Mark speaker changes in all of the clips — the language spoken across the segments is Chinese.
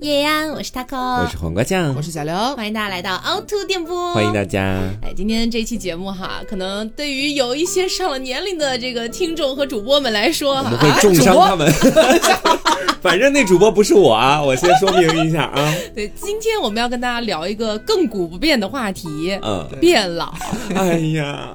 Speaker 1: 夜安，我是 taco，
Speaker 2: 我是黄瓜酱，
Speaker 1: 嗯
Speaker 3: 我是小刘，
Speaker 1: 欢迎大家来到凹凸电波，
Speaker 2: 欢迎大家。
Speaker 1: 哎，今天这期节目哈，可能对于有一些上了年龄的这个听众和主播们来说，啊
Speaker 2: 我
Speaker 1: 哈
Speaker 2: 们，会重伤他们。 反正那主播不是我啊，我先说明一下啊。
Speaker 1: 对，今天我们要跟大家聊一个亘古不变的话题。
Speaker 2: 嗯，
Speaker 1: 变老，
Speaker 2: 哎呀，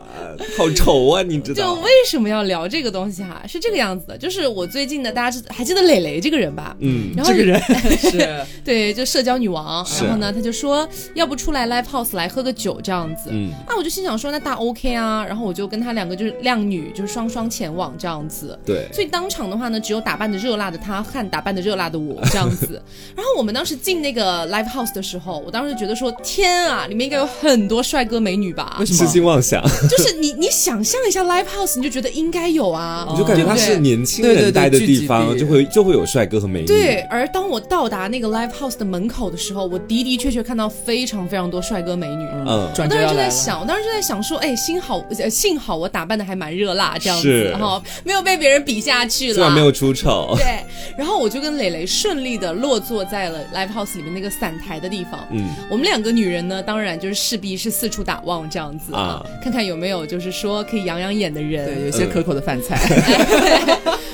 Speaker 2: 好愁啊，你知
Speaker 1: 就
Speaker 2: 道？
Speaker 1: 为什么要聊这个东西啊哈？是这个样子的，就是我最近呢，大家知还记得磊磊这个人吧？
Speaker 2: 嗯，
Speaker 1: 然后
Speaker 2: 这个人
Speaker 3: 是
Speaker 1: 对，就社交女王。
Speaker 2: 是
Speaker 1: 然后呢，他就说要不出来 live house 来喝个酒这样子。
Speaker 2: 嗯
Speaker 1: 那我就心想说，那大 OK 啊。然后我就跟他两个就是靓女，就是双双前往这样子。
Speaker 2: 对，
Speaker 1: 所以当场的话呢，只有打扮的热辣的他和打扮的热辣的我 这样子。然后我们当时进那个 live house 的时候，我当时就觉得说，天啊，里面应该有很多帅哥美女吧
Speaker 3: 为？什
Speaker 2: 痴
Speaker 3: 么？
Speaker 2: 心妄想，
Speaker 1: 就是你你想象一下 live house，你就觉得应该有啊。
Speaker 2: 我就感觉他是年轻人待的地方，
Speaker 3: 对对对
Speaker 2: 就会就会有帅哥和美女。
Speaker 1: 对，而当我到达那个 live house 的门口的时候，我的的确确看到非常非常多帅哥美女。
Speaker 2: 嗯
Speaker 1: 我
Speaker 3: 转
Speaker 1: 当
Speaker 3: 折
Speaker 1: 时
Speaker 3: 要
Speaker 1: 就
Speaker 3: 来
Speaker 1: 在
Speaker 3: 了，
Speaker 1: 想，我当时就在想说，哎，幸好呃幸好我打扮的还蛮热辣这样子
Speaker 2: 是
Speaker 1: 哈，没有被别人比下去了。
Speaker 2: 虽然没有出丑，
Speaker 1: 对，然后我就跟磊磊顺利的落座在了 live house 里面那个散台的地方。
Speaker 2: 嗯，
Speaker 1: 我们两个女人呢，当然就是势必是四处打望这样子啊
Speaker 2: 啊，
Speaker 1: 看看有没有就是说可以养养眼的
Speaker 3: 对，
Speaker 1: 人。
Speaker 3: 有一些可口的饭菜，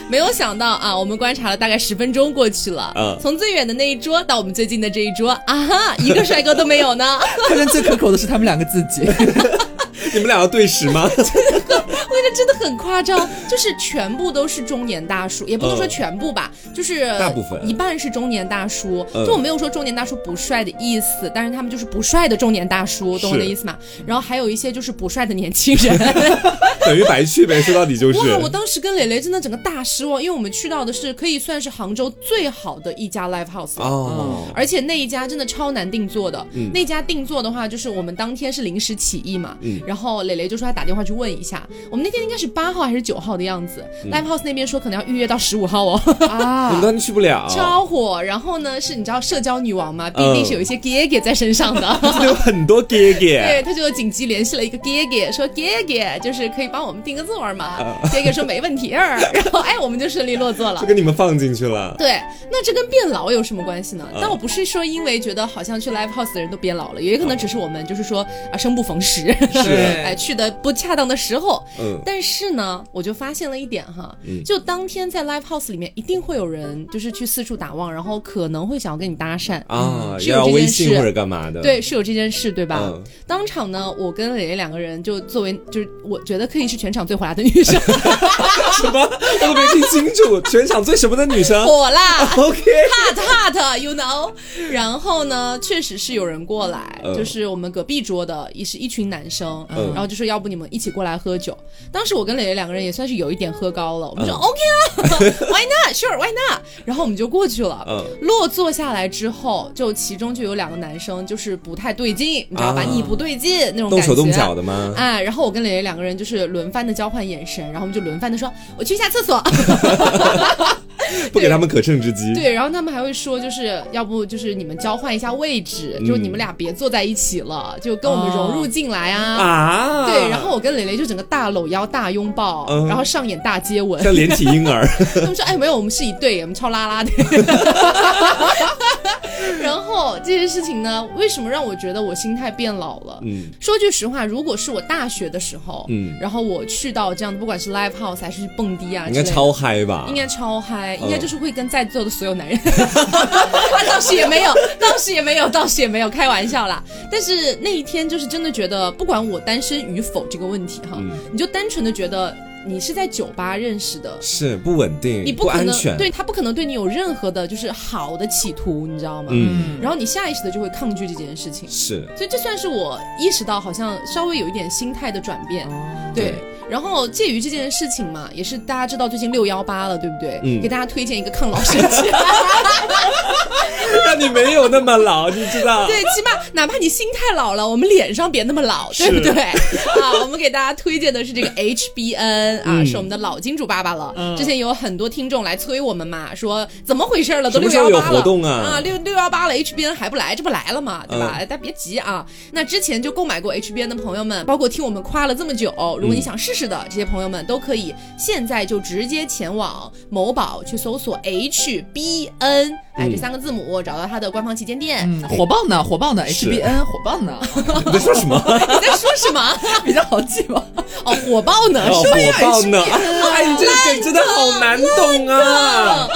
Speaker 1: 没有想到啊，我们观察了大概十分钟过去了，
Speaker 2: 嗯
Speaker 1: 从最远的那一桌到我们最近的这一桌，啊哈，一个帅哥都没有呢。
Speaker 3: 可能最可口的是他们两个自 己。
Speaker 2: 你们俩要对食吗？
Speaker 1: 我觉得真的很夸张，就是全部都是中年大叔，也不能说全部吧，就是
Speaker 2: 嗯大部分
Speaker 1: 一半是中年大叔。
Speaker 2: 嗯
Speaker 1: 就我没有说中年大叔不帅的意思，但是他们就是不帅的中年大叔，懂我的
Speaker 2: 是
Speaker 1: 意思吗？然后还有一些就是不帅的年轻 人。
Speaker 2: 等于白去呗，说到底就是。
Speaker 1: 哇，我当时跟磊磊真的整个大失望，因为我们去到的是可以算是杭州最好的一家 live house 了。
Speaker 2: 哦，
Speaker 1: 而且那一家真的超难定做的。
Speaker 2: 嗯
Speaker 1: 那家定做的话，就是我们当天是临时起意嘛，
Speaker 2: 嗯
Speaker 1: 然后磊磊就说他打电话去问一下，我们那天应该是八号还是九号的样子、l
Speaker 2: 嗯
Speaker 1: i v e House 那边说可能要预约到十五号哦，
Speaker 2: 你们
Speaker 3: 啊，
Speaker 2: 当时去不了，
Speaker 1: 超火。然后呢，是你知道社交女王嘛，毕
Speaker 2: 嗯
Speaker 1: 竟是有一些 gay gay 在身上的。
Speaker 2: 有很多哥
Speaker 1: 对，
Speaker 2: 哥，
Speaker 1: 他就紧急联系了一个 gay gay，说 gay gay 就是可以帮我们订个座儿嘛，gay
Speaker 2: 嗯
Speaker 1: gay 说没问题儿，然后哎，我们就顺利落座了
Speaker 2: 就。给你们放进去了。
Speaker 1: 对，那这跟变老有什么关系呢？
Speaker 2: 嗯
Speaker 1: 但我不是说因为觉得好像去 live house 的人都变老了，也有可能只是我们就是说啊生不逢时，
Speaker 2: 嗯是
Speaker 1: 哎去的不恰当的时候。
Speaker 2: 嗯，
Speaker 1: 但是呢，我就发现了一点哈，
Speaker 2: 嗯
Speaker 1: 就当天在 live house 里面一定会有人就是去四处打望，然后可能会想要跟你搭讪。
Speaker 2: 啊，
Speaker 1: 嗯是有
Speaker 2: 要
Speaker 1: 这件
Speaker 2: 微信
Speaker 1: 事
Speaker 2: 或者干嘛的？
Speaker 1: 对，，是有这件事，对吧？
Speaker 2: 嗯
Speaker 1: 当场呢，我跟蕾蕾两个人就作为就是我觉得可以是全场最火辣的女 生，
Speaker 2: 什么？我都没听清楚，全场最什么的女 生
Speaker 1: 火辣，
Speaker 2: ？OK，
Speaker 1: hot hot you know，然后呢，确实是有人过来，
Speaker 2: 嗯
Speaker 1: 就是我们隔壁桌的也是一群男生，
Speaker 2: 嗯
Speaker 1: 然后就说要不你们一起过来喝酒。当时我跟磊磊两个人也算是有一点喝高了，我们说、
Speaker 2: 嗯
Speaker 1: OK 啊 ，Why not? Sure, why not? 然后我们就过去了。
Speaker 2: 嗯
Speaker 1: 落座下来之后，就其中就有两个男生就是不太对劲，你知道吧？
Speaker 2: 啊
Speaker 1: 你不对劲那种感觉，
Speaker 2: 动手动脚的吗？
Speaker 1: 哎，然后我跟磊磊两个人就是轮番的交换眼神，然后我们就轮番的说：“我去一下厕所。”
Speaker 2: 不给他们可乘之机。
Speaker 1: 对，然后他们还会说，就是要不就是你们交换一下位置，
Speaker 2: 嗯哦
Speaker 1: 就你们俩别坐在一起了，就跟我们融入进来啊。
Speaker 2: 啊，
Speaker 1: 对，然后我跟蕾蕾就整个大搂腰、大拥抱，
Speaker 2: 嗯
Speaker 1: 然后上演大接吻。
Speaker 2: 像连体婴 儿，
Speaker 1: 他们说：“哎，没有，我们是一对，我们超拉拉的。” 然后这件事情呢，为什么让我觉得我心态变老了？
Speaker 2: 嗯
Speaker 1: 说句实话，如果是我大学的时候，
Speaker 2: 嗯，
Speaker 1: 然后我去到这样的，不管是 live house 还是去蹦迪啊，
Speaker 2: 应该。超嗨吧？
Speaker 1: 应该超嗨，
Speaker 2: 嗯
Speaker 1: 应该就是会跟在座的所有男人。 啊，倒是也没有，倒是也没有，倒是也没有，开玩笑啦。但是那一天就是真的觉得，不管我单身与否这个问题哈，
Speaker 2: 嗯
Speaker 1: 你就单纯的觉得你是在酒吧认识的。
Speaker 2: 是不稳定，
Speaker 1: 你
Speaker 2: 不
Speaker 1: 可
Speaker 2: 安
Speaker 1: 能
Speaker 2: 全，
Speaker 1: 对他不可能对你有任何的，就是好的企图，你知道吗？
Speaker 2: 嗯，
Speaker 1: 然后你下意识的就会抗拒这件事情，
Speaker 2: 是
Speaker 1: 所以这算是我意识到好像稍微有一点心态的转变。
Speaker 3: 哦
Speaker 1: 对，然后介于这件事情嘛，也是大家知道最近六幺八了，对不对？
Speaker 2: 嗯
Speaker 1: 给大家推荐一个抗老神 器，
Speaker 2: 让你没有那么老，你知道？
Speaker 1: 对，起码哪怕你心太老了，我们脸上别那么老，对不
Speaker 2: 是
Speaker 1: 对？啊，我们给大家推荐的是这个 HBN 啊，
Speaker 2: 嗯
Speaker 1: 是我们的老金主爸爸了。
Speaker 3: 嗯
Speaker 1: 之前有很多听众来催我们嘛，说怎么回事了，都
Speaker 2: 什
Speaker 1: 六
Speaker 2: 么时
Speaker 1: 幺
Speaker 2: 候有
Speaker 1: 八
Speaker 2: 活
Speaker 1: 了。
Speaker 2: 动
Speaker 1: 啊，
Speaker 2: 啊？
Speaker 1: 六六幺八了，HBN 还不来，这不来了嘛，对吧？哎
Speaker 2: 嗯嗯
Speaker 1: 大家别急啊。那之前就购买过 HBN 的朋友们，包括听我们夸了这么久，如果你想试识的这些朋友们，都可以现在就直接前往某宝去搜索 HBN，哎，这
Speaker 2: 嗯
Speaker 1: 三个字母找到它的官方旗舰店。
Speaker 3: 嗯，火爆呢，火爆呢
Speaker 2: 是
Speaker 3: ，HBN 火爆 呢，
Speaker 2: 你在说什么？
Speaker 1: 你在说什么？
Speaker 3: 比较好记嘛。
Speaker 1: 哦，火爆呢？
Speaker 2: 哦
Speaker 1: 是啊吧
Speaker 2: 火爆呢！ 哎，你这个梗真的好难懂啊！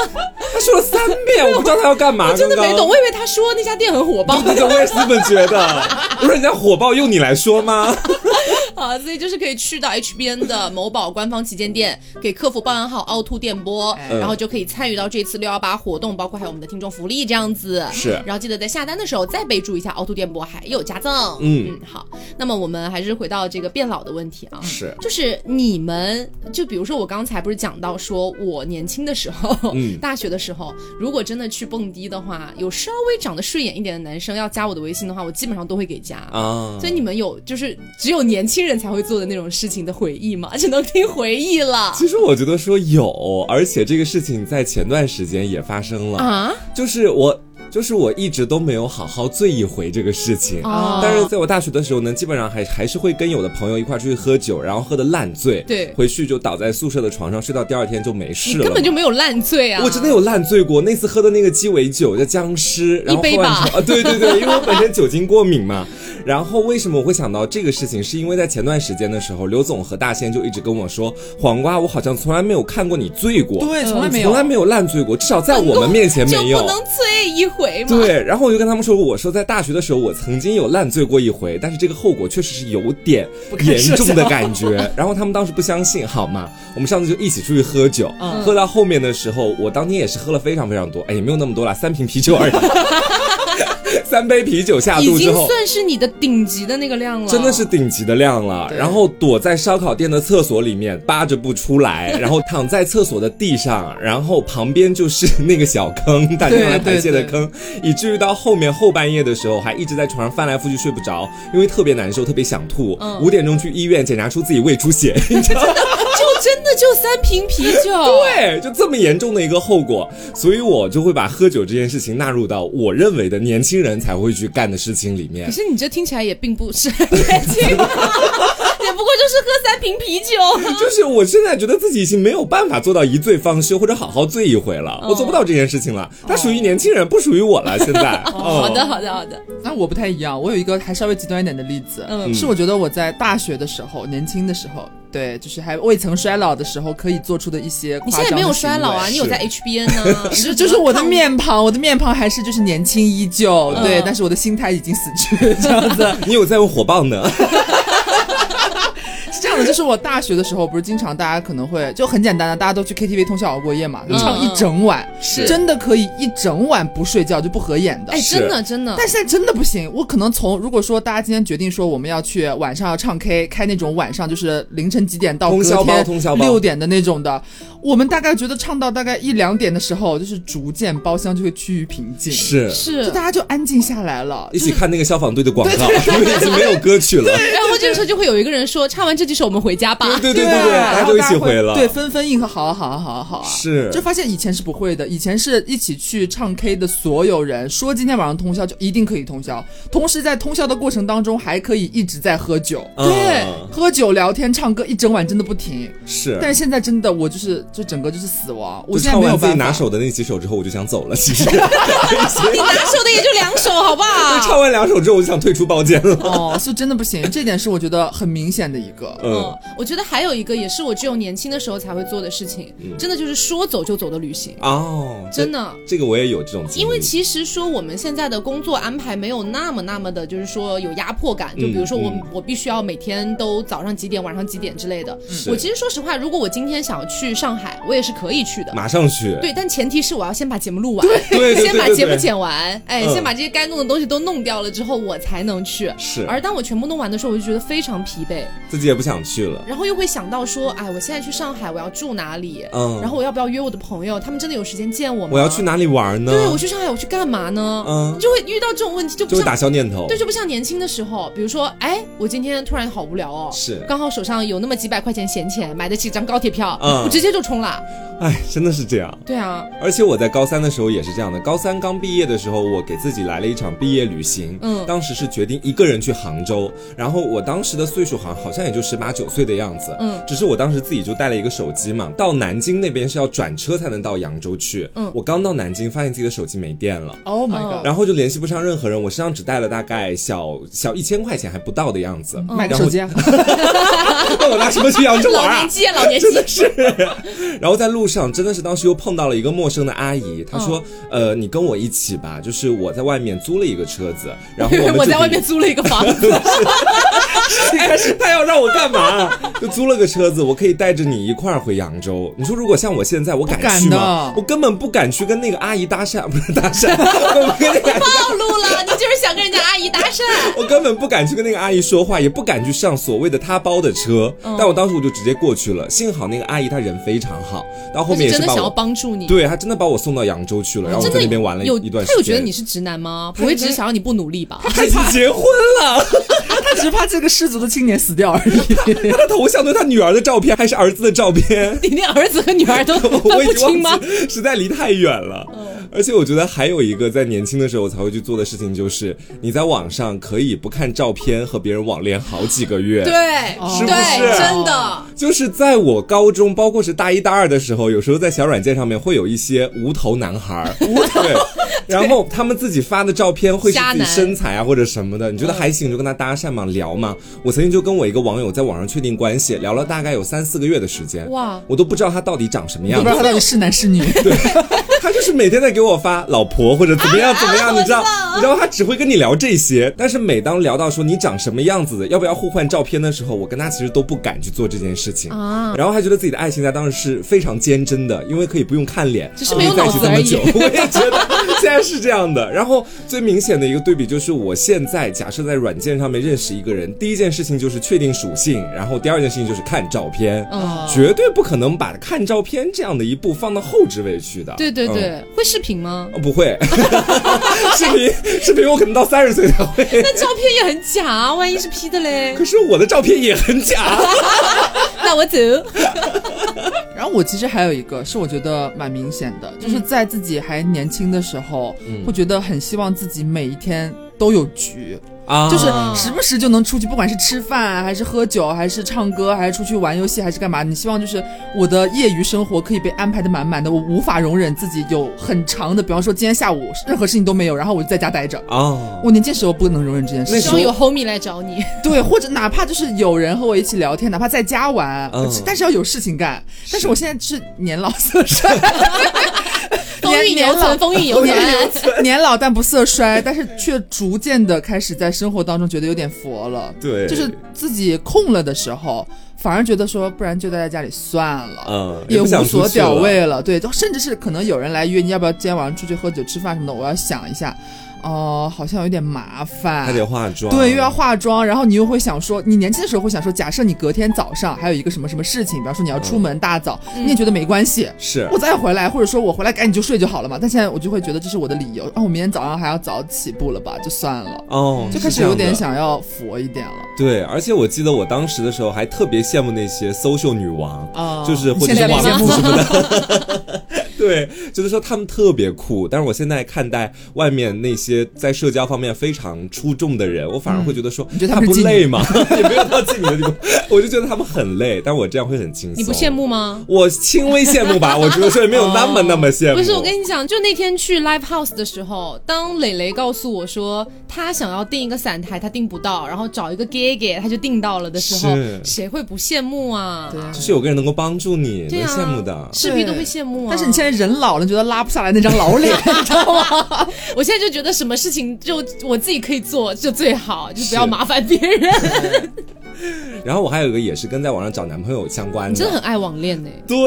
Speaker 2: 他说了三遍，我不知道他要干嘛。
Speaker 1: 真的
Speaker 2: 刚
Speaker 1: 没
Speaker 2: 刚
Speaker 1: 懂，我以为他说那家店很火爆
Speaker 2: 对对，我也是这么觉得。我说人家火爆用你来说吗？
Speaker 1: 啊，所以就是可以去到 HBN 的某宝官方旗舰店，给客服报暗号“凹凸电波”，
Speaker 2: 嗯
Speaker 3: 哎
Speaker 1: 然后就可以参与到这次六幺八活动，包括还有我们的听众福利这样子。
Speaker 2: 是
Speaker 1: 然后记得在下单的时候再备注一下凹凸电波，还有加赠。
Speaker 2: 嗯
Speaker 1: 嗯，好，那么我们还是回到这个变老的问题啊。
Speaker 2: 是
Speaker 1: 就是你们，就比如说我刚才不是讲到说，我年轻的时候，
Speaker 2: 嗯
Speaker 1: 大学的时候，如果真的去蹦迪的话，有稍微长得顺眼一点的男生要加我的微信的话，我基本上都会给加。
Speaker 2: 啊
Speaker 1: 所以你们有就是只有年轻人才会做的那种事情的回忆吗？只 能听回忆了
Speaker 2: 其实我觉得说有，而且这个事情在前段时间也发生了，
Speaker 1: 啊！
Speaker 2: 就是我就是我一直都没有好好醉一回这个事情。
Speaker 1: 哦，
Speaker 2: 但是在我大学的时候呢，基本上还还是会跟有的朋友一块儿出去喝酒，然后喝的烂醉，
Speaker 1: 对
Speaker 2: 回去就倒在宿舍的床上睡到第二天就没
Speaker 1: 你
Speaker 2: 事了嘛。
Speaker 1: 根本就没有烂醉啊！
Speaker 2: 我真的有烂醉过，那次喝的那个鸡尾酒叫僵尸，然后
Speaker 1: 一杯
Speaker 2: 喝完
Speaker 1: 吧
Speaker 2: 之后啊，对对对，因为我本身酒精过敏嘛。然后为什么我会想到这个事情，是因为在前段时间的时候，刘总和大仙就一直跟我说，黄瓜，我好像从来没有看过你醉过，
Speaker 1: 嗯
Speaker 3: 对，从来没
Speaker 2: 你
Speaker 3: 有，
Speaker 2: 从来没有烂醉过，至少在我们面前没
Speaker 1: 就
Speaker 2: 有
Speaker 1: 不。能醉一回吗？，
Speaker 2: 对，啊然后我就跟他们说，我说在大学的时候，我曾经有烂醉过一回，但是这个后果确实是有点
Speaker 3: 可
Speaker 2: 严
Speaker 3: 设
Speaker 2: 重
Speaker 3: 想
Speaker 2: 的感 觉。然后他们当时不相信，好嘛，我们上次就一起出去喝酒，
Speaker 3: 嗯
Speaker 2: 喝到后面的时候，我当天也是喝了非常非常多，哎，也没有那么多啦，三瓶啤酒而已， 三杯啤酒下
Speaker 1: 已
Speaker 2: 肚之
Speaker 1: 经
Speaker 2: 后。
Speaker 1: 算是你的顶级的那个量了，
Speaker 2: 真的是顶级的量了，
Speaker 3: 对
Speaker 2: 然后躲在烧烤店的厕所里面扒着不出来，然后躺在厕所的地上，然后旁边就是那个小坑，大家用来排泄的坑，以至于到后面后半夜的时候还一直在床上翻来覆去睡不着，因为特别难受，特别想吐
Speaker 1: 嗯。
Speaker 2: 五、点钟去医院检查出自己胃出血，你知道吗？
Speaker 1: 就真的就三瓶啤酒，对，
Speaker 2: 对，就这么严重的一个后果，所以我就会把喝酒这件事情纳入到我认为的年轻人才会去干的事情里面
Speaker 1: 可。是你这听起来也并不是年 轻，也不过就是喝三瓶啤酒。
Speaker 2: 就是我现在觉得自己已经没有办法做到一醉方休或者好好醉一回了，
Speaker 1: 哦
Speaker 2: 我做不到这件事情了。它属于年轻人，不属于我了。现在，
Speaker 1: 好
Speaker 2: 哦
Speaker 1: 的，，好的，好的，
Speaker 3: 那我不太一样，我有一个还稍微极端一点的例子，
Speaker 1: 嗯
Speaker 3: 是我觉得我在大学的时候，年轻的时候，对，就是还未曾衰老的时候，可以做出的一些夸
Speaker 1: 你
Speaker 3: 张的
Speaker 1: 现在没有衰老啊，
Speaker 3: 行
Speaker 1: 你有在 HBN 呢， 你就
Speaker 3: 为。就是我的
Speaker 1: 只能看
Speaker 3: 面庞，我的面庞还是就是年轻依旧，
Speaker 1: 嗯
Speaker 3: 对，但是我的心态已经死去，这样子
Speaker 2: 哦你有在用火爆呢？
Speaker 3: 是这样的。就是我大学的时候，不是经常大家可能会就很简单的，大家都去 KTV 通宵熬过夜嘛，就唱一整晚，
Speaker 2: 是
Speaker 3: 真的可以一整晚不睡觉就不合眼的
Speaker 1: 哎，。
Speaker 2: 是
Speaker 1: 真的，真的，
Speaker 3: 但现在真的不行，我可能从如果说大家今天决定说我们要去晚上要唱 K，开那种晚上就是凌晨几点到
Speaker 2: 通宵
Speaker 3: 隔天
Speaker 2: 包通宵包
Speaker 3: 六点的那种的，我们大概觉得唱到大概一两点的时候，就是逐渐包厢就会趋于平静，
Speaker 2: 是，
Speaker 1: 是
Speaker 3: 就大家就安静下来了，
Speaker 2: 一
Speaker 3: 就
Speaker 2: 起
Speaker 3: 是
Speaker 2: 看那个消防队的广告， 因为已经没有歌曲了。
Speaker 1: 然后这个时候就会有一个人说，唱完这几首我们回家吧。
Speaker 2: 对对
Speaker 3: 对
Speaker 2: 对对，
Speaker 1: 啊
Speaker 2: 大
Speaker 3: 然
Speaker 2: 家
Speaker 3: 后
Speaker 2: 都一
Speaker 3: 大
Speaker 2: 起回了。
Speaker 3: 对，纷纷应和，好啊好啊好啊好啊，
Speaker 2: 是
Speaker 3: 就发现以前是不会的，以前是一起去唱 K 的所有人说今天晚上通宵就一定可以通宵，同时在通宵的过程当中还可以一直在喝酒，
Speaker 2: 嗯
Speaker 1: 对
Speaker 3: 喝酒聊天唱歌一整晚真的不停，
Speaker 2: 是。
Speaker 3: 但是现在真的我就是就整个就是死亡，我
Speaker 2: 就
Speaker 3: 现在
Speaker 2: 唱
Speaker 3: 没有
Speaker 2: 完自己
Speaker 3: 办
Speaker 2: 拿
Speaker 3: 法。
Speaker 2: 手的那几首之后，我就想走 了。其实，
Speaker 1: 你拿手的也就两首，好不好？
Speaker 2: 唱完两首之后，我就想退出包间 了。
Speaker 3: 哦，是真的不行，这点是我觉得很明显的一 个。
Speaker 2: 嗯
Speaker 1: 嗯，，我觉得还有一个也是我只有年轻的时候才会做的事情，
Speaker 2: 嗯
Speaker 1: 真的就是说走就走的旅行，
Speaker 2: 哦，这
Speaker 1: 真的。
Speaker 2: 这个我也有这种经历，
Speaker 1: 因为其实说我们现在的工作安排没有那么那么的，就是说有压迫感。就比如说我、
Speaker 2: 嗯
Speaker 1: 我必须要每天都早上几点，晚上几点之类的。
Speaker 2: 是
Speaker 1: 我其实说实话，如果我今天想要去上海，我也是可以去的。
Speaker 2: 马上去，
Speaker 1: 对，但前提是我要先把节目录完，
Speaker 2: 对对对
Speaker 1: 先把
Speaker 2: 对
Speaker 1: 节目
Speaker 2: 对
Speaker 1: 剪完，哎，
Speaker 2: 嗯
Speaker 1: 先把这些该弄的东西都弄掉了之后，我才能去。
Speaker 2: 是
Speaker 1: 而当我全部弄完的时候，我就觉得非常疲惫，
Speaker 2: 自己也不想去了。
Speaker 1: 然后又会想到说，哎，我现在去上海，我要住哪里？
Speaker 2: 嗯
Speaker 1: 然后我要不要约我的朋友？他们真的有时间见我吗？
Speaker 2: 我要去？哪里玩呢？
Speaker 1: 对，我去上海，我去干嘛呢？
Speaker 2: 嗯
Speaker 1: 你就会遇到这种问题，就不
Speaker 2: 就会
Speaker 1: 像
Speaker 2: 打消念头。
Speaker 1: 对，就不像年轻的时候，比如说，哎，我今天突然好无聊哦，
Speaker 2: 是
Speaker 1: 刚好手上有那么几百块钱闲钱，买得起张高铁票，
Speaker 2: 嗯
Speaker 1: 我直接就冲了。
Speaker 2: 哎，真的是这样。
Speaker 1: 对啊，
Speaker 2: 而且我在高三的时候也是这样的。高三刚毕业的时候，我给自己来了一场毕业旅行。
Speaker 1: 嗯
Speaker 2: 当时是决定一个人去杭州，然后我当时的岁数好像好像也就十八九岁的样子。
Speaker 1: 嗯
Speaker 2: 只是我当时自己就带了一个手机嘛，到南京那边是要转车才能到扬州去。
Speaker 1: 嗯
Speaker 2: 我刚到南京，发现自己的手机没电了。
Speaker 3: Oh my
Speaker 1: 嗯
Speaker 3: god！、
Speaker 2: 然后就联系不上任何人，我身上只带了大概小小一千块钱还不到的样子，
Speaker 1: 嗯
Speaker 3: 买个手机啊！
Speaker 2: 那我拿什么去扬州玩
Speaker 1: 老
Speaker 2: 啊
Speaker 1: 年？机，老 年机，
Speaker 2: 然后在路上真的是当时又碰到了一个陌生的阿姨，她
Speaker 1: 哦
Speaker 2: 说：“呃，你跟我一起吧，就是我在外面租了一个车 子，然后
Speaker 1: 因
Speaker 2: 我
Speaker 1: 为
Speaker 2: 们
Speaker 1: 我
Speaker 2: 就
Speaker 1: 在
Speaker 2: 可
Speaker 1: 外
Speaker 2: 以
Speaker 1: 面租了一个房子，
Speaker 2: 但是他要让我干嘛？就租了个车子，我可以带着你一块儿回扬州。你说如果像我现在，我
Speaker 3: 不敢
Speaker 2: 去吗
Speaker 3: 的？
Speaker 2: 我根本不敢去跟那个阿姨搭讪，不是搭讪， 我跟那个阿姨
Speaker 1: 暴露了，你就是想跟人家阿姨搭讪。
Speaker 2: 我根本不敢去跟那个阿姨说话，也不敢去上所谓的她包的车。
Speaker 1: 嗯
Speaker 2: 但我当时我就直接过去了，幸好那个阿姨她人非常好，到 后面也
Speaker 1: 真
Speaker 2: 是
Speaker 1: 的
Speaker 2: 把
Speaker 1: 想要
Speaker 2: 我。
Speaker 1: 帮助你，哦
Speaker 2: 对，她真的把我送到扬州去了，然后我
Speaker 1: 真
Speaker 2: 在
Speaker 1: 的
Speaker 2: 那边玩了一
Speaker 1: 有
Speaker 2: 一段时间。
Speaker 1: 他有觉得你是直男吗？不会只是想让你不努力吧？
Speaker 2: 他已经结婚了，
Speaker 3: 他只是怕这个失足的青年死掉而已。
Speaker 2: 他头像都是他女儿的照片，还是儿子的照片。
Speaker 1: 你连儿子和女 儿都分
Speaker 2: 我
Speaker 1: 不
Speaker 2: 已
Speaker 1: 清
Speaker 2: 经
Speaker 1: 吗哦
Speaker 2: 忘？记，实在离太远了。而且我觉得还有一个在年轻的时候才会去做的事情，就是你在网上可以不看照片和别人网恋好几个月。
Speaker 1: 对，。
Speaker 2: 是不
Speaker 1: 对，
Speaker 2: 是啊嗯
Speaker 1: 真的。
Speaker 2: 就是在我高中，包括是大一大二的时候，有时候在小软件上面会有一些无头男孩儿，对，然后他们自己发的照片会是
Speaker 1: 瞎
Speaker 2: 自己
Speaker 1: 男
Speaker 2: 身材啊或者什么的，你觉得还行你就跟他搭讪嘛，聊嘛。我曾经就跟我一个网友在网上确定关系，聊了大概有三四个月的时间，
Speaker 1: 哇
Speaker 2: 我都不知道他到底长什么
Speaker 3: 都
Speaker 2: 样
Speaker 3: 不
Speaker 2: 子
Speaker 3: 知道，他到底是男是女，
Speaker 2: 他就是每天在给我发老婆或者怎么
Speaker 1: 啊
Speaker 2: 样怎么样，你知道，你知道他只会跟你聊这些。但是每当聊到说你长什么样子的，要不要互换照片的时候，我跟他其实都不敢去做这件事情
Speaker 1: 啊
Speaker 2: 然后还觉得自己的爱情在当时是非常坚贞的，因为可以不用看脸，
Speaker 1: 只是没有
Speaker 2: 可以在一起这么久
Speaker 1: 脑子而。
Speaker 2: 我也觉得现在是这样的。然后最明显的一个对比就是，我现在假设在软件上面认识一个人，第一件事情就是确定属性，然后第二件事情就是看照片。
Speaker 1: 嗯，
Speaker 2: 绝对不可能把看照片这样的一步放到后置位去的。
Speaker 1: 对对
Speaker 2: 嗯
Speaker 1: 对，会视频吗？
Speaker 2: 哦，不会，视频视频我可能到三十岁才会。
Speaker 1: 那照片也很假啊，万一是 P 的嘞
Speaker 2: 可？是我的照片也很假，
Speaker 1: 那我走。
Speaker 3: 然后我其实还有一个是我觉得蛮明显的，就是在自己还年轻的时候，
Speaker 2: 嗯
Speaker 3: 会觉得很希望自己每一天都有局，
Speaker 2: 啊
Speaker 3: 就是时不时就能出去，不管是吃饭啊还是喝酒，还是唱歌，还是出去玩游戏，还是干嘛，你希望就是我的业余生活可以被安排的满满的，我无法容忍自己有很长的，比方说今天下午任何事情都没有，然后我就在家待着。
Speaker 2: 啊，
Speaker 3: 我年轻时候不能容忍这件事
Speaker 2: 那
Speaker 1: 希
Speaker 2: 时
Speaker 3: 情，
Speaker 2: 候
Speaker 1: 望有 homie 来找你，
Speaker 3: 对，或者哪怕就是有人和我一起聊天，哪怕在家玩，
Speaker 2: 嗯
Speaker 3: 但是要有事情干。但是我现在是年老色衰，
Speaker 1: 风韵
Speaker 3: 年
Speaker 1: 犹
Speaker 3: 老
Speaker 1: 存，风韵 犹存。
Speaker 3: 年老但不色衰，但是却逐渐的开始在生活当中觉得有点佛了。
Speaker 2: 对
Speaker 3: 就是自己空了的时候，反而觉得说，不然就待在家里算了。
Speaker 2: 嗯，
Speaker 3: 也
Speaker 2: 不
Speaker 3: 无
Speaker 2: 想出
Speaker 3: 所
Speaker 2: 去了
Speaker 3: 屌。味了，对，就甚至是可能有人来约你，要不要今天晚上出去喝酒吃饭什么的，我要想一下，哦、好像有点麻烦，
Speaker 2: 还得化妆，
Speaker 3: 对，又要化妆，然后你又会想说，你年轻的时候会想说，假设你隔天早上还有一个什么什么事情，比方说你要出门大早，你也觉得没关系。
Speaker 2: 嗯是
Speaker 3: 我再回来，或者说我回来赶紧就睡就好了嘛。但现在我就会觉得这是我的理由，啊，我明天早上还要早起步了吧，就算了，
Speaker 2: 哦，
Speaker 3: 就开
Speaker 2: 是
Speaker 3: 始
Speaker 2: 这
Speaker 3: 有
Speaker 2: 样
Speaker 3: 点
Speaker 2: 的。
Speaker 3: 想要佛一点了。
Speaker 2: 对，而且我记得我当时的时候还特别羡慕那些 social 女王，
Speaker 1: 哦
Speaker 3: 啊
Speaker 2: 就是或者
Speaker 3: 现在
Speaker 2: 是
Speaker 3: 没
Speaker 2: 网
Speaker 3: 羡
Speaker 2: 红
Speaker 3: 慕
Speaker 2: 什么的。 对，就是说他们特别酷，但是我现在看待外面那些在社交方面非常出众的人，我反
Speaker 1: 嗯
Speaker 2: 而会觉得说，
Speaker 3: 你觉得
Speaker 2: 他
Speaker 3: 他们
Speaker 2: 不
Speaker 3: 是妓女
Speaker 2: 累吗？也没有到妓女的地步，我就觉得他们很累，但我这样会很轻松。
Speaker 1: 你不羡？慕吗？
Speaker 2: 我轻微羡慕吧，我觉得说也没有那么那么羡慕。
Speaker 1: 不是，我跟你讲，就那天去 live house 的时候，当磊磊告诉我说他想要订一个散台，他订不到，然后找一个 gay gay，他就订到了的时候
Speaker 2: 是，
Speaker 1: 谁会不羡慕啊？
Speaker 3: 对啊
Speaker 2: 就是有个人能够帮助你，
Speaker 1: 对
Speaker 2: 能
Speaker 1: 啊，
Speaker 2: 羡慕的。
Speaker 1: 视频都会羡慕啊。
Speaker 3: 但是你现在人老了，你觉得拉不下来那张老 脸，你知道吗？
Speaker 1: 我现在就觉得什么事情就我自己可以做就最好，就不要
Speaker 2: 是
Speaker 1: 麻烦别人。
Speaker 2: 然后我还有一个也是跟在网上找男朋友相关
Speaker 1: 你
Speaker 2: 的，
Speaker 1: 真的很爱网恋呢、欸
Speaker 2: 对，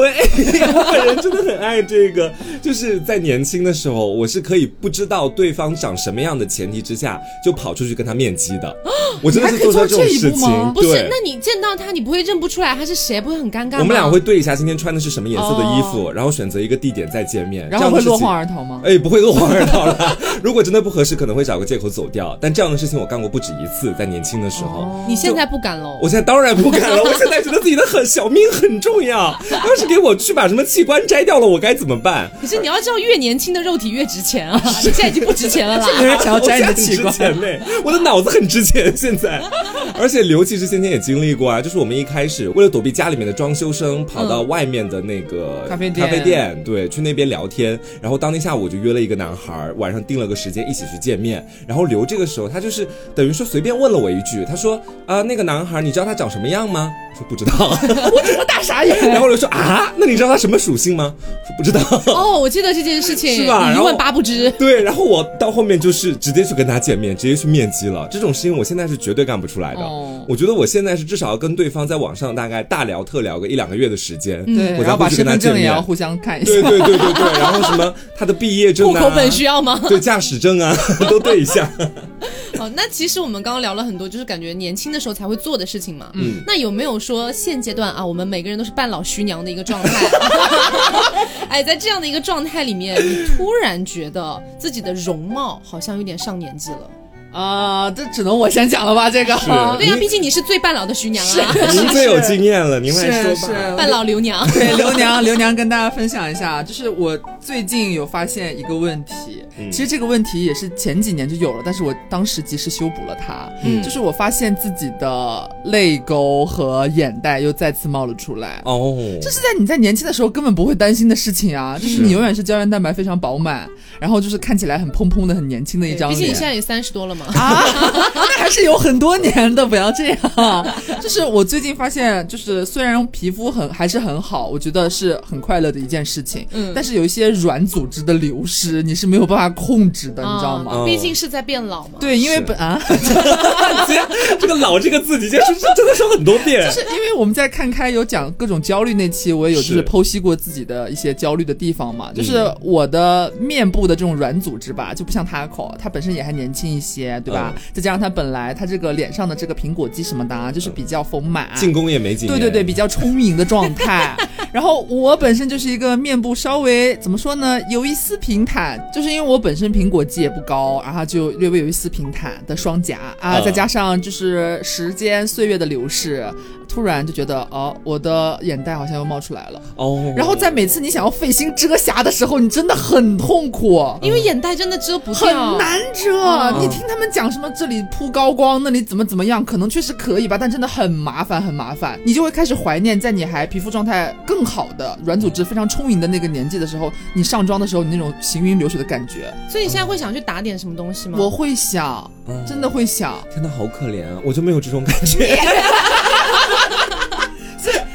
Speaker 2: 我本人真的很爱这个。就是在年轻的时候，我是可以不知道对方长什么样的前提之下，就跑出去跟他面基 的。我真的是到这种事
Speaker 3: 你还可以做这一步吗
Speaker 2: 情。
Speaker 1: 不是
Speaker 2: 对，，
Speaker 1: 那你见到他，你不会认不出来他是谁，不会很尴尬吗？
Speaker 2: 我们俩会对一下今天穿的是什么颜色的衣服，然后选择一个地点再见面，
Speaker 3: 哦然
Speaker 2: 这
Speaker 3: 后
Speaker 2: 样的
Speaker 3: 会
Speaker 2: 事
Speaker 3: 落
Speaker 2: 情
Speaker 3: 荒而逃吗？
Speaker 2: 哎，不会落荒而逃了。 如果真的不合适，可能会找个借口走掉。但这样的事情我干过不止一次，在年轻的时候。
Speaker 3: 哦
Speaker 1: 你现在不敢喽？
Speaker 2: 我现在当然不敢了，我现在觉得自己的很小命很重要。要是给我去把什么器官摘掉了，我该怎么办？
Speaker 1: 可是你要知道，越年轻的肉体越值钱啊！你现在已经不值钱了啦。
Speaker 3: 有人想要摘你的器
Speaker 2: 我
Speaker 3: 官，
Speaker 2: 现在很值钱嘞，我的脑子很值钱现在。而且刘其实先前也经历过啊， 就是我们一开始为了躲避家里面的装修声，跑到外面的那个
Speaker 3: 嗯咖啡店
Speaker 2: 咖啡店对，去那边聊天。然后当天下午我就约了一个男孩儿，晚上定了个时间一起去见面。然后刘这个时候他就是等于说随便问了我一句，他说啊、那个男孩儿你知道他长什么样吗？我说不知道。
Speaker 3: 我大傻眼。
Speaker 2: 然后刘说啊，那你知道他什么属性吗？我说不知道。
Speaker 1: 哦，我记得这件事情，
Speaker 2: 是吧
Speaker 1: 你
Speaker 2: 然
Speaker 1: 一
Speaker 2: 后
Speaker 1: 问八不知。
Speaker 2: 对，然后我到后面就是直接去跟他见面，直接去面基了。这种事情我现在是绝对干不出来的。
Speaker 3: 哦
Speaker 2: 我觉得我现在是至少要跟对方在网上大概大聊特聊个一两个月的时间，
Speaker 3: 对，
Speaker 2: 我
Speaker 3: 然
Speaker 2: 才
Speaker 3: 后把
Speaker 2: 会去
Speaker 3: 身
Speaker 2: 跟他
Speaker 3: 份
Speaker 2: 见
Speaker 3: 证也
Speaker 2: 面
Speaker 3: 要。互相看一下。
Speaker 2: 对对对对对，然后什么他的毕业证
Speaker 1: 户
Speaker 2: 啊，
Speaker 1: 口本需要吗？
Speaker 2: 对驾驶证啊都对一下。
Speaker 1: 哦，那其实我们刚刚聊了很多，就是感觉年轻的时候才会做的事情嘛。嗯，那有没有说现阶段啊，我们每个人都是半老徐娘的一个状态？哎，在这样的一个状态里面，你突然觉得自己的容貌好像有点上年纪了。
Speaker 3: 啊，这只能我先讲了吧？这个
Speaker 2: 是
Speaker 1: 对呀、
Speaker 2: 您
Speaker 1: 毕竟你是最半老的徐娘啊，
Speaker 2: 您最有经验了，您来
Speaker 3: 是
Speaker 2: 说
Speaker 3: 是
Speaker 2: 吧。
Speaker 1: 半老刘娘。
Speaker 3: 对，刘娘，刘娘跟大家分享一下，就是我最近有发现一个问题，其实这个问题也是前几年就有了，但是我当时及时修补了它。
Speaker 1: 嗯
Speaker 3: 就是我发现自己的泪沟和眼袋又再次冒了出来。
Speaker 2: 哦，
Speaker 3: 这是在你在年轻的时候根本不会担心的事情啊，就是你永远是胶原蛋白非常饱满，然后就是看起来很蓬蓬的、很年轻的一张
Speaker 1: 毕
Speaker 3: 脸。
Speaker 1: 竟你现在也三十多了嘛。
Speaker 3: 啊， 那还是有很多年的，不要这样。 就是我最近发现，就是虽然皮肤很还是很好，我觉得是很快乐的一件事情，
Speaker 1: 嗯
Speaker 3: 但是有一些软组织的流失，你是没有办法控制的，你知道吗？
Speaker 1: 啊毕竟是在变老嘛。
Speaker 3: 对，因为
Speaker 2: 是
Speaker 3: 本 啊，
Speaker 2: 这个“老”这个字，你今天 说真的说很多遍，
Speaker 3: 就是因为我们在看开有讲各种焦虑那期，我也有就是嗯
Speaker 2: 是
Speaker 3: 剖析过自己的一些焦虑的地方嘛，就是我的面部的这种软组织吧，就不像 Taco，他本身也还年轻一些，对吧？
Speaker 2: 嗯
Speaker 3: 再加上他本来他这个脸上的这个苹果肌什么的，啊，就是比较丰满，
Speaker 2: 进攻也没几年。
Speaker 3: 对对对，比较充盈的状态。然后我本身就是一个面部稍微怎么说呢，有一丝平坦，就是因为我本身苹果肌也不高，然后就略微有一丝平坦的双颊啊，
Speaker 2: 嗯
Speaker 3: 再加上就是时间岁月的流逝，突然就觉得哦，我的眼袋好像又冒出来了。
Speaker 2: 哦，
Speaker 3: 然后在每次你想要费心遮瑕的时候，你真的很痛苦。
Speaker 1: 因为眼袋真的遮不
Speaker 3: 很
Speaker 1: 掉，
Speaker 3: 难遮，
Speaker 2: 哦
Speaker 3: 你听他们讲什么这里铺高光，那里怎么怎么样，可能确实可以吧，但真的很麻烦，很麻烦。你就会开始怀念，在你还皮肤状态更好的、软组织非常充盈的那个年纪的时候，你上妆的时候，你那种行云流水的感觉，
Speaker 1: 所以你现在会想去打点什么东西吗？
Speaker 3: 我会想，
Speaker 2: 嗯
Speaker 3: 真的会想。
Speaker 2: 天呐，好可怜啊！我就没有这种感觉。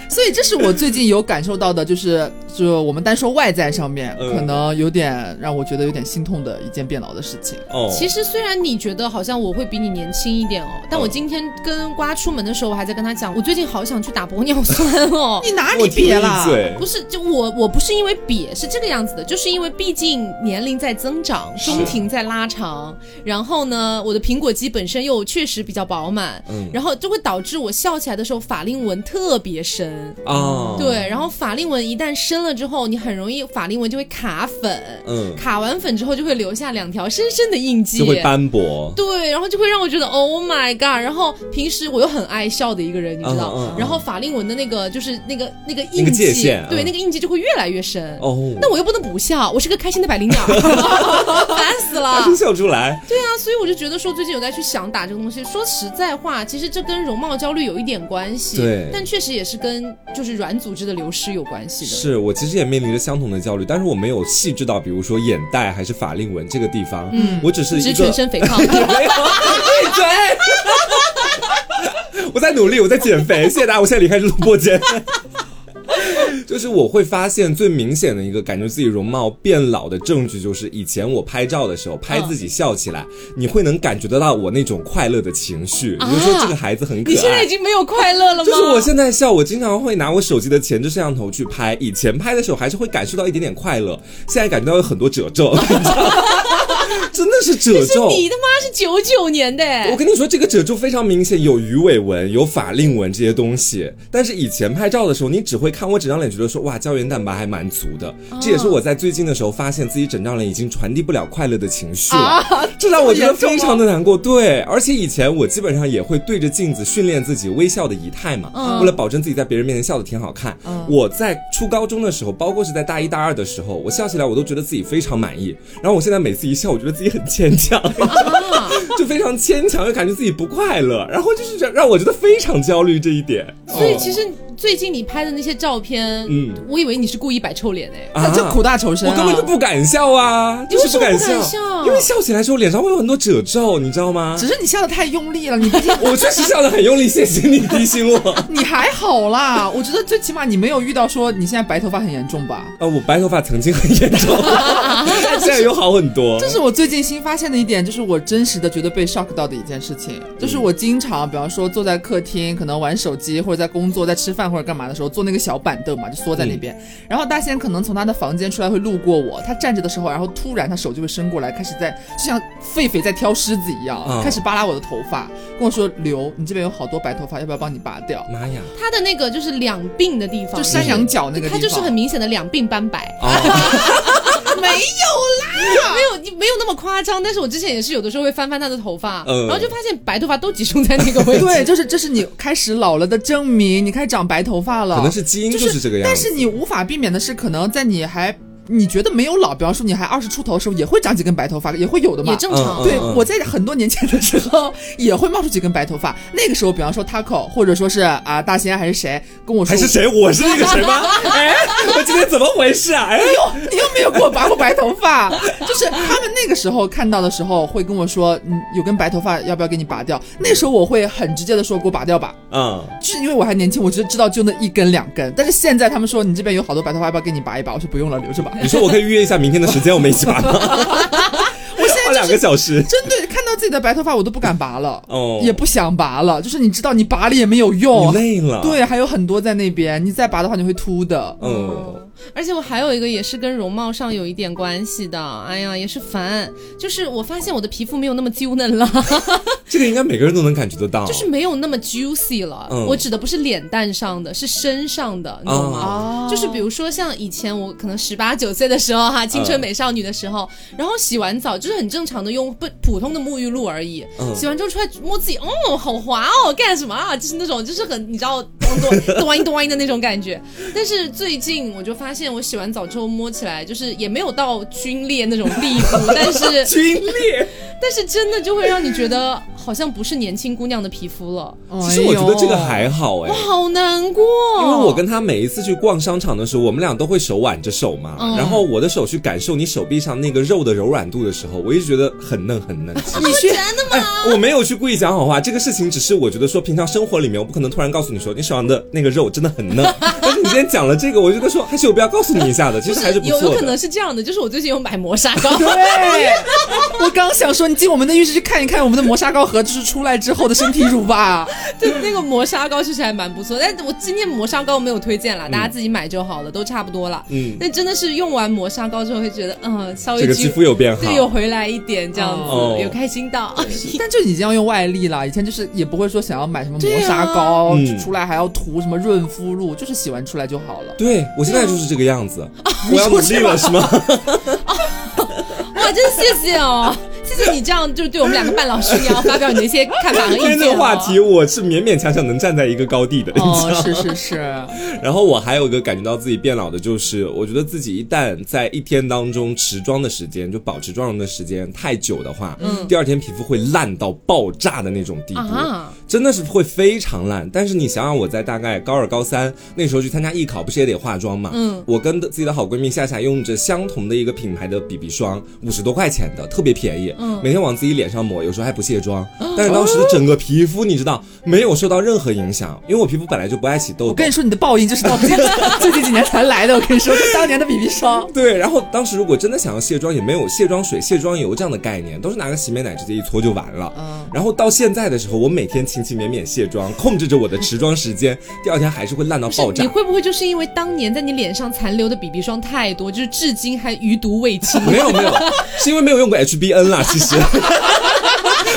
Speaker 3: 所以这是我最近有感受到的，就是就我们单说外在上面，
Speaker 2: 嗯
Speaker 3: 可能有点让我觉得有点心痛的一件变老的事情。。
Speaker 2: 哦，嗯
Speaker 1: 其实虽然你觉得好像我会比你年轻一点哦，但我今天跟瓜出门的时候，我还在跟他讲，我最近好想去打玻尿酸哦
Speaker 3: 你哪
Speaker 2: 我
Speaker 3: 里
Speaker 2: 听
Speaker 3: 瘪
Speaker 2: 一
Speaker 3: 了？
Speaker 2: 嘴
Speaker 1: 不是，就我我不是因为瘪是这个样子的，就是因为毕竟年龄在增长，中庭在拉长，然后呢，我的苹果肌本身又确实比较饱满，
Speaker 2: 嗯
Speaker 1: 然后就会导致我笑起来的时候法令纹特别深。
Speaker 2: 哦，
Speaker 1: 对，然后法令纹一旦深了之后，你很容易法令纹就会卡粉，
Speaker 2: 嗯，
Speaker 1: 卡完粉之后就会留下两条深深的印记，
Speaker 2: 就会斑驳。
Speaker 1: 对，然后就会让我觉得 Oh my God！然后平时我又很爱笑的一个人，你知道，
Speaker 2: 嗯嗯嗯
Speaker 1: 然后法令纹的那个就是那个那个
Speaker 2: 那
Speaker 1: 印
Speaker 2: 个
Speaker 1: 记，
Speaker 2: 界限
Speaker 1: 对，
Speaker 2: 嗯
Speaker 1: 那个印记就会越来越深。
Speaker 2: 哦，
Speaker 1: 那我又不能不笑，我是个开心的百灵 鸟，烦死了
Speaker 2: 大。声笑出来。
Speaker 1: 啊对啊，所以我就觉得说，最近有在去想打这个东西。说实在话，其实这跟容貌焦虑有一点关系，
Speaker 2: 对
Speaker 1: 但确实也是跟就是软组织的流失有关系的。
Speaker 2: 是我其实也面临着相同的焦虑，但是我没有细致到，比如说眼袋还是法令纹这个地方，嗯，我只是
Speaker 1: 只
Speaker 2: 一
Speaker 1: 是
Speaker 2: 个
Speaker 1: 全身肥胖，
Speaker 2: 没有闭嘴，我在努力，我在减肥， 谢谢大家，我现在离开录播间。 就是我会发现最明显的一个感觉自己容貌变老的证据，就是以前我拍照的时
Speaker 1: 啊
Speaker 2: 候拍自己笑起来，你会能感觉得到我那种快乐的情绪，你就说这个孩子很可爱。
Speaker 1: 啊你现在已经没有快乐了吗？
Speaker 2: 就是我现在笑，我经常会拿我手机的前置摄像头去拍，以前拍的时候还是会感受到一点点快乐，现在感觉到有很多褶皱，你知道吗？ 真的是褶皱。
Speaker 1: 你他妈是九九年的哎
Speaker 2: 我，跟你说，这个褶皱非常明显，有鱼尾纹，有法令纹这些东西。但是以前拍照的时候，你只会看我整张脸，觉得说哇，胶原蛋白还蛮足的。这也是我在最近的时候发现自己整张脸已经传递不了快乐的情绪了，
Speaker 1: 哦啊
Speaker 2: 这让我觉得非常的难过。对，而且以前我基本上也会对着镜子训练自己微笑的仪态嘛，为了保证自己在别人面前笑得挺好看。我在初高中的时候，包括是在大一大二的时候，我笑起来我都觉得自己非常满意。然后我现在每次一笑，我觉得自己很牵强。就非常牵强，又感觉自己不快乐，然后就是让让我觉得非常焦虑这一点。
Speaker 1: 所以其实最近你拍的那些照片，
Speaker 2: 嗯
Speaker 1: 我以为你是故意摆臭脸哎。
Speaker 2: 啊
Speaker 3: 他就苦大仇深、啊，
Speaker 2: 我根本就不敢笑啊，就是敢
Speaker 1: 你为什么不敢笑
Speaker 2: 因为笑起来的时候脸上会有很多褶皱，你知道吗
Speaker 3: 只？是你笑的太用力了，你毕竟。
Speaker 2: 我确实笑得很用力，谢谢你提醒我
Speaker 3: 你还好啦，我觉得最起码你没有遇到说你现在白头发很严重吧。
Speaker 2: 啊，我白头发曾经很严重，现在有好很多。
Speaker 3: 这是我最近新发现的一点，就是我真实的觉得被 shock 到的一件事情，就是我经常，比方说坐在客厅，可能玩手机或者在工作、在吃饭或者干嘛的时候，坐那个小板凳嘛，就缩在那边。然后大仙可能从他的房间出来会路过我，他站着的时候，然后突然他手就会伸过来，开始在就像狒狒在挑狮子一样，
Speaker 2: 嗯
Speaker 3: 开始扒拉我的头发，跟我说：“刘，你这边有好多白头发，要不要帮你拔掉
Speaker 2: 妈呀！
Speaker 1: 他的那个就是两鬓的地？”方，
Speaker 3: 就山羊角那个地
Speaker 1: 他
Speaker 3: 方，
Speaker 1: 就是很明显的两鬓斑白。
Speaker 2: 啊，
Speaker 1: 没有啦，没有你没有那么夸张。但是我之前也是有的时候会翻翻他的头发，
Speaker 2: 嗯
Speaker 1: 然后就发现白头发都集中在那个位置。
Speaker 3: 对，就是这是你开始老了的证明，你开始长白头发了，
Speaker 2: 可能是基因就是这个样子。
Speaker 3: 但是你无法避免的是，可能在你还你觉得没有老，比方说你还二十出头的时候，也会长几根白头发，也会有的嘛
Speaker 1: 也。正常。
Speaker 2: 嗯
Speaker 3: 对，我在很多年前的时候也会冒出几根白头发。那个时候，比方说 Taco，或者说是啊大仙还是谁跟我说，
Speaker 2: 还是谁？我是那个谁吗？哎，我今天怎么回事啊？哎，
Speaker 3: 你又没有给我拔过白头发，就是他们那个时候看到的时候会跟我说，嗯，有根白头发要不要给你拔掉？那时候我会很直接的说，给我拔掉吧。
Speaker 2: 嗯，
Speaker 3: 就是因为我还年轻，我就知道就那一根两根。但是现在他们说你这边有好多白头发，要不要给你拔一拔？我说不用了，留着吧。
Speaker 2: 你说我可以预约一下明天的时间，我们一起拔吗？我现在两个小时。
Speaker 3: 针对看到自己的白头发，我都不敢拔了，
Speaker 2: 哦
Speaker 3: 也不想拔了。就是你知道，你拔了也没有
Speaker 2: 你
Speaker 3: 用，
Speaker 2: 累了。，
Speaker 3: 哦对，还有很多在那边，你再拔的话你会秃的。
Speaker 2: 嗯，
Speaker 1: 而且我还有一个也是跟容貌上有一点关系的，哎呀，也是烦。就是我发现我的皮肤没有那么娇嫩了，
Speaker 2: 这个应该每个人都能感觉得到。
Speaker 1: 就是没有那么 juicy 了。
Speaker 2: 嗯
Speaker 1: 我指的不是脸蛋上的，是身上的，你懂吗？
Speaker 2: 哦
Speaker 3: 啊
Speaker 1: 就是比如说像以前我可能十八九岁的时候
Speaker 2: 嗯
Speaker 1: 哈，青春美少女的时候，然后洗完澡就是很正常的用不普通的沐浴露而已，
Speaker 2: 嗯
Speaker 1: 洗完之后出来摸自己，哦，好滑哦，干什么啊？就是那种就是很你知道咚 咚咚一咚一的那种感觉。但是最近我就发现我洗完澡之后摸起来就是也没有到皲裂那种地步，但 是
Speaker 2: 皲裂。
Speaker 1: 但是真的就会让你觉得好像不是年轻姑娘的皮肤了，
Speaker 2: 其实我觉得这个
Speaker 3: 哎
Speaker 2: 还
Speaker 3: 呦
Speaker 2: 好哎
Speaker 1: 我。好难过。
Speaker 2: 因为我跟他每一次去逛商场的时候，我们俩都会手挽着手嘛，
Speaker 1: 嗯
Speaker 2: 然后我的手去感受你手臂上那个肉的柔软度的时候，我一直觉得很嫩很嫩。其实
Speaker 3: 你去，
Speaker 2: 哎，我没有去故意讲好话，这个事情只是我觉得说，平常生活里面我不可能突然告诉你说你手上的那个肉真的很 嫩，但是你今天讲了这个，我觉得说还是有必要告诉你一下的，其实还是不
Speaker 1: 有有
Speaker 2: 错
Speaker 1: 可
Speaker 2: 的。
Speaker 1: 能是这样的，就是我最近有买磨砂膏
Speaker 3: 对，我刚想说你进我们的浴室去看一看我们的磨砂膏盒，就是出来之后的身体乳 吧。
Speaker 1: 对那个磨砂膏其实还蛮不错，但我今天磨砂膏没有推荐啦，大家自己买就好了，都差不多啦。
Speaker 2: 嗯，
Speaker 1: 但真的是用完磨砂膏之后会觉得，嗯，稍微
Speaker 2: 这个
Speaker 1: 肌
Speaker 2: 肌肤有变好
Speaker 1: 对，有回来一点这样子，
Speaker 2: 哦
Speaker 1: 有开心 到。
Speaker 3: 但就已经要用外力了，以前就是也不会说想要买什么磨砂膏，
Speaker 2: 对啊嗯
Speaker 3: 出来还要涂什么润肤露，就是洗完出来就好了。
Speaker 2: 对我现在就是这个 样子，我要努力了是吗？
Speaker 1: 哇，真谢谢哦， 谢谢你这样就对我们两个半老师一样发表你的一些看法和意
Speaker 2: 今
Speaker 1: 见、哦。
Speaker 2: 天这个话题，我是勉勉强强能站在一个高地的，你知道吗
Speaker 3: 哦，是是是，
Speaker 2: 然后我还有一个感觉到自己变老的，就是我觉得自己一旦在一天当中持妆的时间，就保持妆容的时间太久的话，第二天皮肤会烂到爆炸的那种地步，
Speaker 1: 啊
Speaker 2: 真的是会非常烂。但是你想想，我在大概高二、高三那时候去参加艺考，不是也得化妆嘛？
Speaker 1: 嗯
Speaker 2: 我跟自己的好闺蜜夏夏用着相同的一个品牌的 BB 霜，五十多块钱的，特别便宜，
Speaker 1: 嗯
Speaker 2: 每天往自己脸上抹，有时候还不卸妆。但是当时的整个皮肤，你知道没有受到任何影响，因为我皮肤本来就不爱起痘痘。
Speaker 3: 我跟你说，你的报应就是到最近最近几年才来的。我跟你说，跟当年的 BB 霜，
Speaker 2: 对，然后当时如果真的想要卸妆，也没有卸妆水、卸妆油这样的概念，都是拿个洗面奶直接一搓就完了。
Speaker 3: 嗯
Speaker 2: 然后到现在的时候，我每天起轻轻绵绵卸妆，控制着我的持妆时间，第二天还是会烂到爆炸
Speaker 1: 你。会不会就是因为当年在你脸上残留的 BB 霜太多，就是至今还余毒未清？
Speaker 2: 没有没有，是因为没有用过 HBN 啦，其实。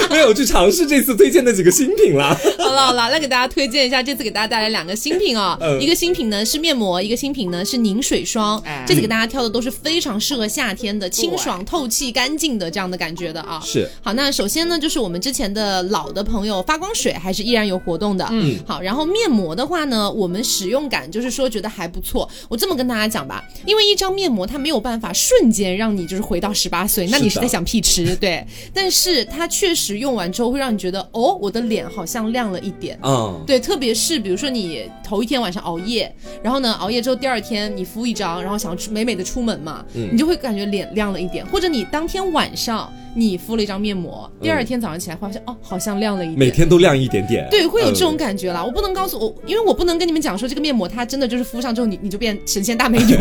Speaker 2: 没有去尝试这次推荐的几个新品啦。
Speaker 1: 好了好了，来给大家推荐一下，这次给大家带来两个新品啊、
Speaker 2: 嗯
Speaker 1: 一个新品呢是面膜，一个新品呢是凝水霜。
Speaker 3: 哎
Speaker 1: 这次给大家挑的都是非常适合夏天的，清爽、透气、干净的这样的感觉的啊。
Speaker 2: 是
Speaker 1: 好，那首先呢，就是我们之前的老的朋友发光水还是依然有活动的。嗯，好，然后面膜的话呢，我们使用感就是说觉得还不错。我这么跟大家讲吧，因为一张面膜它没有办法瞬间让你就是回到十八岁，那你
Speaker 2: 是
Speaker 1: 是
Speaker 2: 的
Speaker 1: 在想屁吃对，但是它确实用完之后会让你觉得哦，我的脸好像亮了一点。
Speaker 2: 嗯，
Speaker 1: 对，特别是比如说你头一天晚上熬夜，然后呢熬夜之后第二天你敷一张，然后想要出美美的出门嘛，你就会感觉脸亮了一点，或者你当天晚上你敷了一张面膜，第二天早上起来发现、哦好像亮了一
Speaker 2: 每
Speaker 1: 点。
Speaker 2: 天都亮一点点。
Speaker 1: 对，会有这种
Speaker 2: 嗯。
Speaker 1: 感觉啦。我不能告诉我，因为我不能跟你们讲说这个面膜它真的就是敷上之后你你就变神仙大美 女，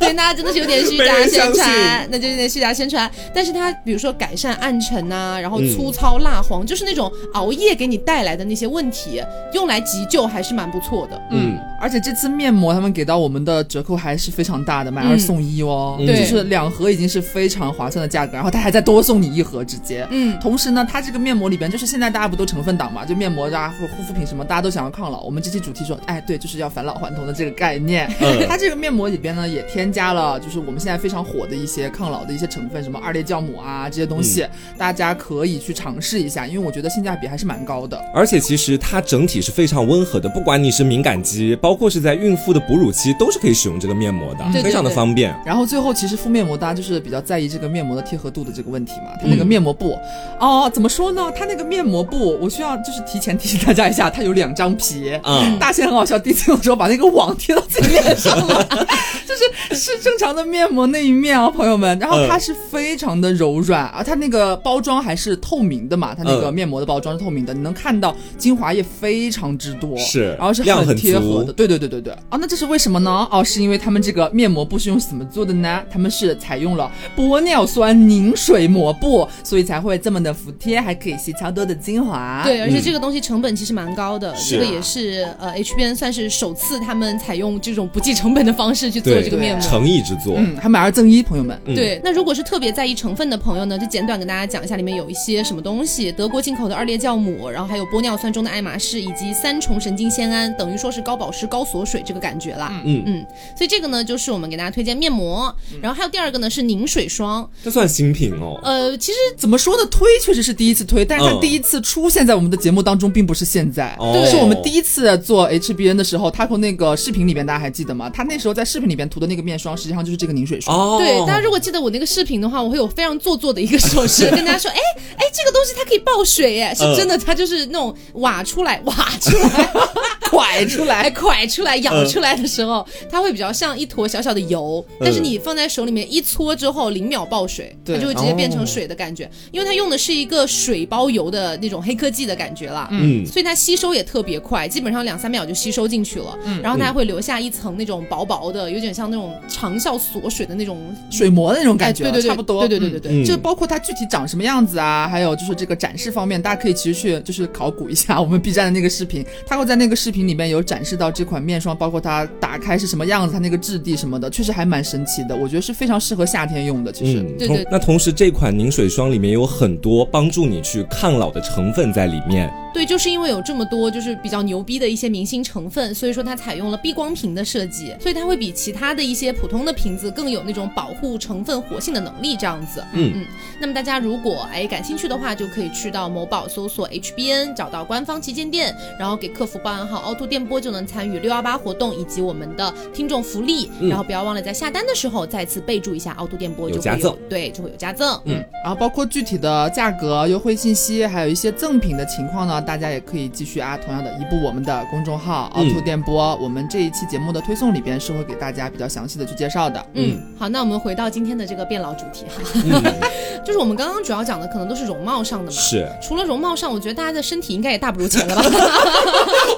Speaker 1: 对，那真的是有点虚
Speaker 2: 没
Speaker 1: 假
Speaker 2: 人
Speaker 1: 宣
Speaker 2: 相信
Speaker 1: 传，那就有点虚假宣传。但是它比如说改善暗沉呐、然后
Speaker 2: 嗯
Speaker 1: 粗糙蜡黄，就是那种熬夜给你带来的那些问题，用来急救还是蛮不错的。
Speaker 2: 嗯，
Speaker 3: 而且这次面膜他们给到我们的折扣还是非常大的，买二送一哦，
Speaker 2: 嗯
Speaker 3: 就
Speaker 1: 对
Speaker 3: 是两盒已经是非常划算的价格，然后他还再多送你一盒直接。
Speaker 1: 嗯，
Speaker 3: 同时呢，它这个面膜里边就是现在大家不都成分党嘛，就面膜啊或者护肤品什么，大家都想要抗老。我们这期主题说，哎，对，就是要返老还童的这个概念。
Speaker 2: 嗯
Speaker 3: 它这个面膜里边呢也添加了，就是我们现在非常火的一些抗老的一些成分，什么二裂酵母啊这些东西，大家可以去尝试一下，因为我觉得性价比还是蛮高的。
Speaker 2: 而且其实它整体是非常温和的，不管你是敏感肌，包括是在孕妇的哺乳期，都是可以使用这个面膜的，
Speaker 1: 对对
Speaker 2: 非常的
Speaker 1: 对
Speaker 2: 方便。
Speaker 3: 然后最后，其实敷面膜大家就是比较在意这个面膜的贴合度的这个问题嘛。它那个面膜布，哦，怎么说呢？它那个面膜布，我需要就是提前提醒大家一下，它有两张皮。
Speaker 2: 嗯
Speaker 3: 大仙很好笑，第一次用的时候把那个网贴到自己脸上了， 就是是正常的面膜那一面啊，朋友们。然
Speaker 2: 嗯
Speaker 3: 后它是非常的柔软，而它那个包装还是透明的嘛，它那个
Speaker 2: 嗯
Speaker 3: 面膜的包装是透明的，你能看到精华液非常之多，
Speaker 2: 是
Speaker 3: 然后是
Speaker 2: 量很
Speaker 3: 贴合
Speaker 2: 足
Speaker 3: 的，对对对对对啊，那这是为什么呢？哦，是因为他们这个面膜布是用怎么做的呢？他们是采用了玻尿酸凝水膜布，所以才会这么的服帖，还可以吸超多的精华。
Speaker 1: 对，而且这个东西成本其实蛮高的，
Speaker 2: 嗯是啊
Speaker 1: 这个也是呃 H B N 算是首次他们采用这种不计成本的方式去做这个面膜。
Speaker 2: 诚意之作。
Speaker 3: 嗯，还买二赠一，朋友们。
Speaker 2: 嗯
Speaker 1: 对，那如果是特别在意成分的朋友呢，就简短跟大家讲一下里面有一些什么东西：德国进口的二裂酵母，然后还有玻尿酸中的爱马仕，以及三重神经酰胺，等于说是高保湿、高锁水这个感觉啦。
Speaker 2: 嗯
Speaker 1: 嗯，所以这个呢，就是我们给大家推荐面膜，然后还有第二个呢是凝水霜。
Speaker 2: 这算新品哦。
Speaker 1: 呃，其实
Speaker 3: 怎么说呢？推确实是第一次推，但是它
Speaker 2: 嗯
Speaker 3: 第一次出现在我们的节目当中，并不是现在，
Speaker 2: 哦对
Speaker 3: 是我们第一次做 HBN 的时候，Taco 那个视频里边，大家还记得吗？他那时候在视频里边涂的那个面霜，实际上就是这个凝水霜。
Speaker 2: 哦，
Speaker 1: 呃对，大家如果记得我那个视频的话，我会有非常做作的一个手势跟大家说，哎哎，这个东西它可以爆水耶，是
Speaker 2: 嗯
Speaker 1: 真的，它就是那种瓦出来、瓦出来、
Speaker 3: 拐出来
Speaker 1: 来
Speaker 2: 嗯
Speaker 1: 蒯出来、舀出来的时候，它会比较像一坨小小的油，但是你放在手里面一搓之后，零秒爆水，它
Speaker 3: 对
Speaker 1: 就会直接变
Speaker 2: 哦
Speaker 1: 成水的感觉，因为它用的是一个水包油的那种黑科技的感觉啦。
Speaker 2: 嗯
Speaker 1: 所以它吸收也特别快，基本上两三秒就吸收进去了，
Speaker 3: 嗯
Speaker 1: 然后它还会留下一层那种薄薄的，有点像那种长效锁水的那种
Speaker 3: 水膜的那种感觉，
Speaker 1: 哎对对对
Speaker 3: 差不多，
Speaker 1: 对对对对对
Speaker 2: 嗯
Speaker 3: 就包括它具体长什么样子啊，还有就是这个展示方面，大家可以其实去就是考古一下我们 B 站的那个视频，它会在那个视频里面有展示到这款面霜，包括它打开是什么样子，它那个质地什么的，确实还蛮神奇的，我觉得是非常适合夏天用的，其实。
Speaker 2: 嗯，
Speaker 1: 对
Speaker 2: 同
Speaker 1: 对
Speaker 2: 那同时，这款凝水霜里面有很多帮助你去抗老的成分在里 面。
Speaker 1: 对，就是因为有这么多就是比较牛逼的一些明星成分，所以说它采用了避光瓶的设计，所以它会比其他的一些普通的瓶子更有那种保护成分活性的能力，这样子。
Speaker 2: 嗯
Speaker 1: 嗯，那么大家如果哎感兴趣的话，就可以去到某宝搜索 HBN，找到官方旗舰店，然后给客服报暗号凹凸电波，就能参与六幺八活动以及我们的听众福利。
Speaker 2: 嗯
Speaker 1: 然后不要忘了在下单的时候再次备注一下凹凸电波，
Speaker 2: 有
Speaker 1: 就会
Speaker 2: 加赠，
Speaker 1: 对，就会有加赠。
Speaker 2: 嗯
Speaker 3: 然后包括具体的价格、优惠信息，还有一些赠品的情况呢，大家也可以继续啊，同样的移步我们的公众号“凹
Speaker 2: 嗯
Speaker 3: 凸电波”，我们这一期节目的推送里边是会给大家比较详细的去介绍的。
Speaker 1: 嗯，好，那我们回到今天的这个变老主题哈，
Speaker 2: 嗯
Speaker 1: 就是我们刚刚主要讲的可能都是容貌上的嘛。
Speaker 2: 是
Speaker 1: 除了容貌上，我觉得大家的身体应该也大不如前了吧？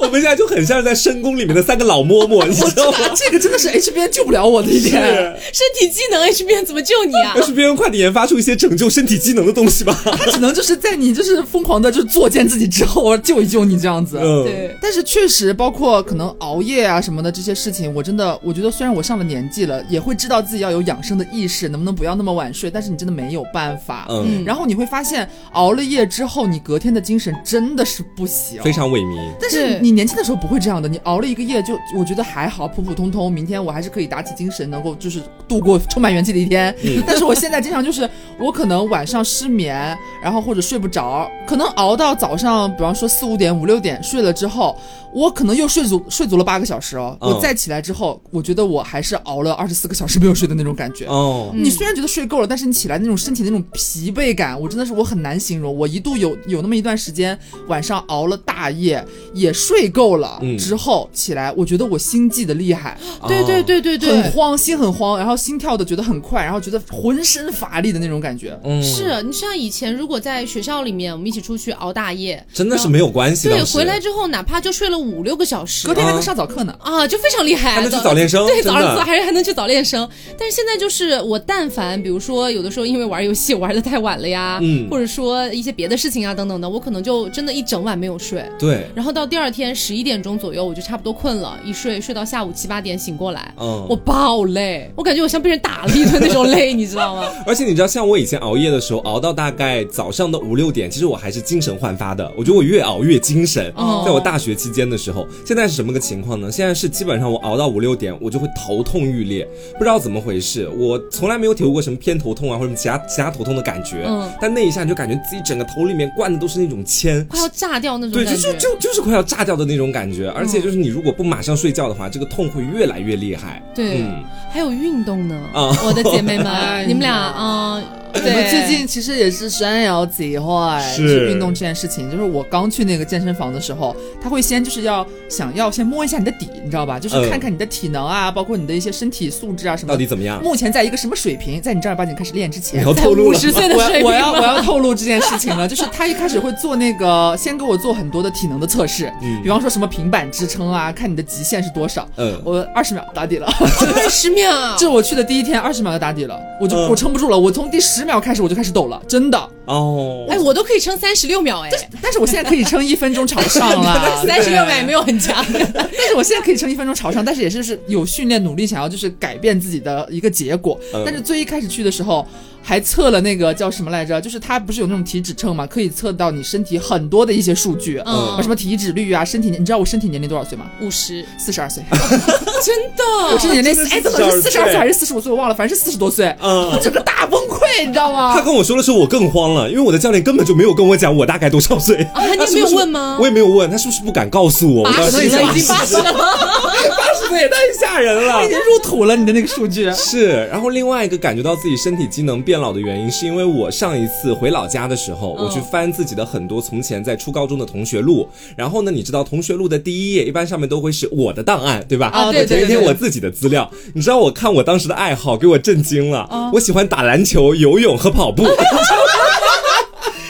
Speaker 2: 我们现在就很像是在深宫里面的三个老嬷嬷，你知道吗？
Speaker 3: 这个真的是 H 边救不了我的一 点。
Speaker 1: 身体机能 H 变怎么救你 啊
Speaker 2: 要？是别人快点研发出一些拯救身体机能的东西吧。
Speaker 3: 他只能就是在你就是疯狂的就是作践自己之后我救一救你这样子。
Speaker 2: 嗯，
Speaker 1: 对，
Speaker 3: 但是确实，包括可能熬夜啊什么的这些事情，我真的我觉得，虽然我上了年纪了，也会知道自己要有养生的意识，能不能不要那么晚睡，但是你真的没有办法。
Speaker 2: 嗯，
Speaker 3: 然后你会发现，熬了夜之后，你隔天的精神真的是不行。
Speaker 2: 非常萎靡。
Speaker 3: 但是
Speaker 1: 对
Speaker 3: 你年轻的时候不会这样的，你熬了一个夜就，我觉得还好，普普通通，明天我还是可以打起精神，能够就是度过充满元气的一天。
Speaker 2: 嗯
Speaker 3: 但是我现在经常就是，我可能晚上失眠，然后或者睡不着，可能熬到早上，比方说四五点、五六点睡了之后，我可能又睡足睡足了八个小时哦，
Speaker 2: 嗯
Speaker 3: 我再起来之后，我觉得我还是熬了二十四个小时没有睡的那种感觉。
Speaker 1: 嗯
Speaker 2: 哦，
Speaker 3: 你虽然觉得睡够了，但是你起来那种身体那种疲惫感，我真的是我很难形容。我一度有有那么一段时间，晚上熬了大夜，也睡够了、
Speaker 2: 嗯
Speaker 3: 之后起来，我觉得我心悸的厉害，
Speaker 2: 哦
Speaker 1: 对对对对
Speaker 3: 很
Speaker 1: 嗯对，
Speaker 3: 慌，心很慌，然后心跳的觉得很快，然后觉得浑身乏力的那种感觉。
Speaker 2: 嗯，
Speaker 1: 是你像以前如果在学校里面，我们一起出去熬大夜，
Speaker 2: 真的是没有关系的。
Speaker 1: 对，
Speaker 2: 当时
Speaker 1: 回来之后哪怕就睡了五六个小时
Speaker 3: 隔，天还能上早课呢。
Speaker 1: 啊，就非常厉害，
Speaker 2: 还能去早练生
Speaker 1: 对，
Speaker 2: 真
Speaker 1: 早
Speaker 2: 的
Speaker 1: 上还还能去早练生。但是现在就是我，但凡比如说有的时候因为玩游戏 玩的太晚了呀，
Speaker 2: 嗯
Speaker 1: 或者说一些别的事情啊等等的，我可能就真的一整晚没有睡。
Speaker 2: 对，
Speaker 1: 然后到第二天十一点钟左右，我就差不多困了，一睡睡到下午七八点醒过来，
Speaker 2: 嗯
Speaker 1: 我爆累，我感觉我像被人打了一顿那种累， 你知道吗？
Speaker 2: 而且你知道，像我以前熬夜的时候，熬到大概早上的五六点，其实我还是精神焕发的。我觉得我越熬越精神。
Speaker 1: 哦
Speaker 2: 在我大学期间的时候，现在是什么个情况呢？现在是基本上我熬到五六点，我就会头痛欲裂，不知道怎么回事。我从来没有体会过什么偏头痛啊，或者什么其他其他头痛的感觉。
Speaker 1: 嗯
Speaker 2: 但那一下你就感觉自己整个头里面灌的都是那种铅，
Speaker 1: 快要炸掉那种
Speaker 2: 对，
Speaker 1: 感
Speaker 2: 就
Speaker 1: 觉。嗯
Speaker 2: 就就就是快要炸掉的那种感觉，而且就是你如果不马上睡觉的话，这个痛会越来越厉害。
Speaker 1: 对
Speaker 2: 嗯
Speaker 1: 还有运动呢，
Speaker 2: 啊
Speaker 1: 我的姐妹 们，
Speaker 3: 哎
Speaker 1: 你们俩
Speaker 3: 呀
Speaker 1: 啊、
Speaker 3: 我
Speaker 1: 对，
Speaker 3: 们最近其实也是山摇几坏，
Speaker 2: 是
Speaker 3: 去运动这件事情。就是我刚去那个健身房的时候，他会先就是要想要先摸一下你的底，你知道吧？就是
Speaker 2: 嗯
Speaker 3: 看看你的体能啊，包括你的一些身体素质啊什么的。
Speaker 2: 到底怎么样？
Speaker 3: 目前在一个什么水平？在你正儿八经开始练之
Speaker 2: 你
Speaker 3: 前
Speaker 2: 要，
Speaker 1: 在
Speaker 2: 透露
Speaker 1: 五
Speaker 2: 了
Speaker 1: 十岁的
Speaker 3: 我
Speaker 1: 水平
Speaker 3: 我要我
Speaker 1: 了
Speaker 3: 要透露这件事情了， 就是他一开始会做那个，先给我做很多的体能的测试，
Speaker 2: 嗯
Speaker 3: 比方说什么平板支撑啊，看你的极限是多少。
Speaker 2: 嗯啊
Speaker 3: 我二十秒打底了，
Speaker 1: 二十 秒，
Speaker 3: 这我去的第一天二十秒就打底了，我就、
Speaker 2: 嗯
Speaker 3: 我撑不住了，我从第十秒开始我就开始抖了，真的。
Speaker 2: 哦，
Speaker 1: 哎，我都可以撑三十六 秒哎，，
Speaker 3: 但是我现在可以撑一分钟朝上 了
Speaker 1: 三十六秒也
Speaker 3: 对
Speaker 1: 没有很 强。
Speaker 3: 但是我现在可以撑一分钟朝上，但是也是就是有训练努力，想要就是改变自己的一个结果。
Speaker 2: 嗯
Speaker 3: 但是最一开始去的时候，还测了那个叫什么来着？就是它不是有那种体脂秤嘛，可以测到你身体很多的一些数据，
Speaker 1: 嗯
Speaker 3: 啊什么体脂率啊，身体年，你知道我身体年龄多少岁吗？
Speaker 1: 五 十，
Speaker 3: 四十二岁，哦
Speaker 1: 真的，
Speaker 3: 我身体年龄
Speaker 2: 真的是
Speaker 3: 哎，怎么是四十
Speaker 2: 42
Speaker 3: 二
Speaker 2: 岁
Speaker 3: 岁还是四十五岁？我忘了，反正是四十多岁，
Speaker 2: 嗯
Speaker 3: 我。整个大崩溃，你知道
Speaker 2: 他
Speaker 3: 吗？
Speaker 2: 跟我说的时候，我更慌了，因为我的教练根本就没有跟我讲我大概多少岁啊
Speaker 1: 你也没有问吗
Speaker 2: 我也没有问，他是不是不敢告诉我？我当
Speaker 1: 八
Speaker 2: 时
Speaker 1: 十
Speaker 2: 就
Speaker 1: 了，已经八十 了。
Speaker 3: 八十岁也太
Speaker 2: 太吓人了
Speaker 3: 已。经入土了，你的那个数 据。
Speaker 2: 是，然后另外一个感觉到自己身体机能变老的原因，是因为我上一次回老家的时候，我去翻自己的很多从前在初高中的同学录，然后呢，你知道同学录的第一页一般上面都会是我的档案，对吧？
Speaker 1: 啊对
Speaker 2: 我填一
Speaker 1: 对对
Speaker 2: 填
Speaker 1: 对
Speaker 2: 我自己的资料。你知道我看我当时的爱好，给我震惊了。我喜欢打篮球、游泳和跑步。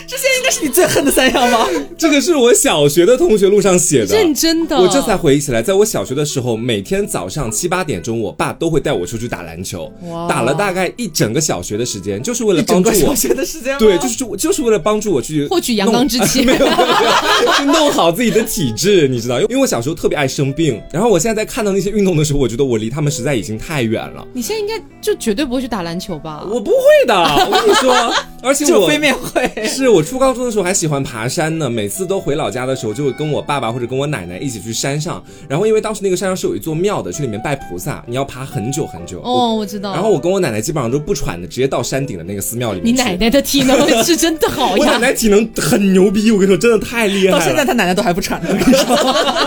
Speaker 3: 这些应该是你最恨的三样吧？
Speaker 2: 这个是我小学的同学录上写的，
Speaker 1: 认真哦的
Speaker 2: 我这才回忆起来，在我小学的时候，每天早上七八点钟，我爸都会带我出去打篮球，
Speaker 3: 哇
Speaker 2: 打了大概一整个小学的时间，就是为了
Speaker 3: 一
Speaker 2: 帮
Speaker 3: 整
Speaker 2: 助
Speaker 3: 个小
Speaker 2: 我。
Speaker 3: 学的时间吗？
Speaker 2: 对，就是就就是为了帮助我去
Speaker 1: 获取阳刚之气
Speaker 2: 弄 没有，没有没有去弄好自己的体质，你知道，因为我小时候特别爱生病，然后我现在在看到那些运动的时候，我觉得我离他们实在已经太远了。
Speaker 1: 你现在应该就绝对不会去打篮球吧？
Speaker 2: 我不会的，我跟你 说，而且
Speaker 3: 就
Speaker 2: 我
Speaker 3: 飞面 会。
Speaker 2: 是我初高中的时候还喜欢爬山呢，每次都回老家的时候就会跟我爸爸或者跟我奶奶一起去山上，然后因为当时那个山上是有一座庙的，去里面拜菩萨，你要爬很久很久。
Speaker 1: 哦，我知道。
Speaker 2: 然后我跟我奶奶基本上都不喘的，直接到山顶的那个寺庙里
Speaker 1: 你
Speaker 2: 面去。
Speaker 1: 奶？奶的体能是真的好
Speaker 2: 我奶
Speaker 1: 呀，
Speaker 2: 奶体能很牛逼，我跟你说，真的太厉害了。
Speaker 3: 到现在他奶奶都还不产呢，我跟你说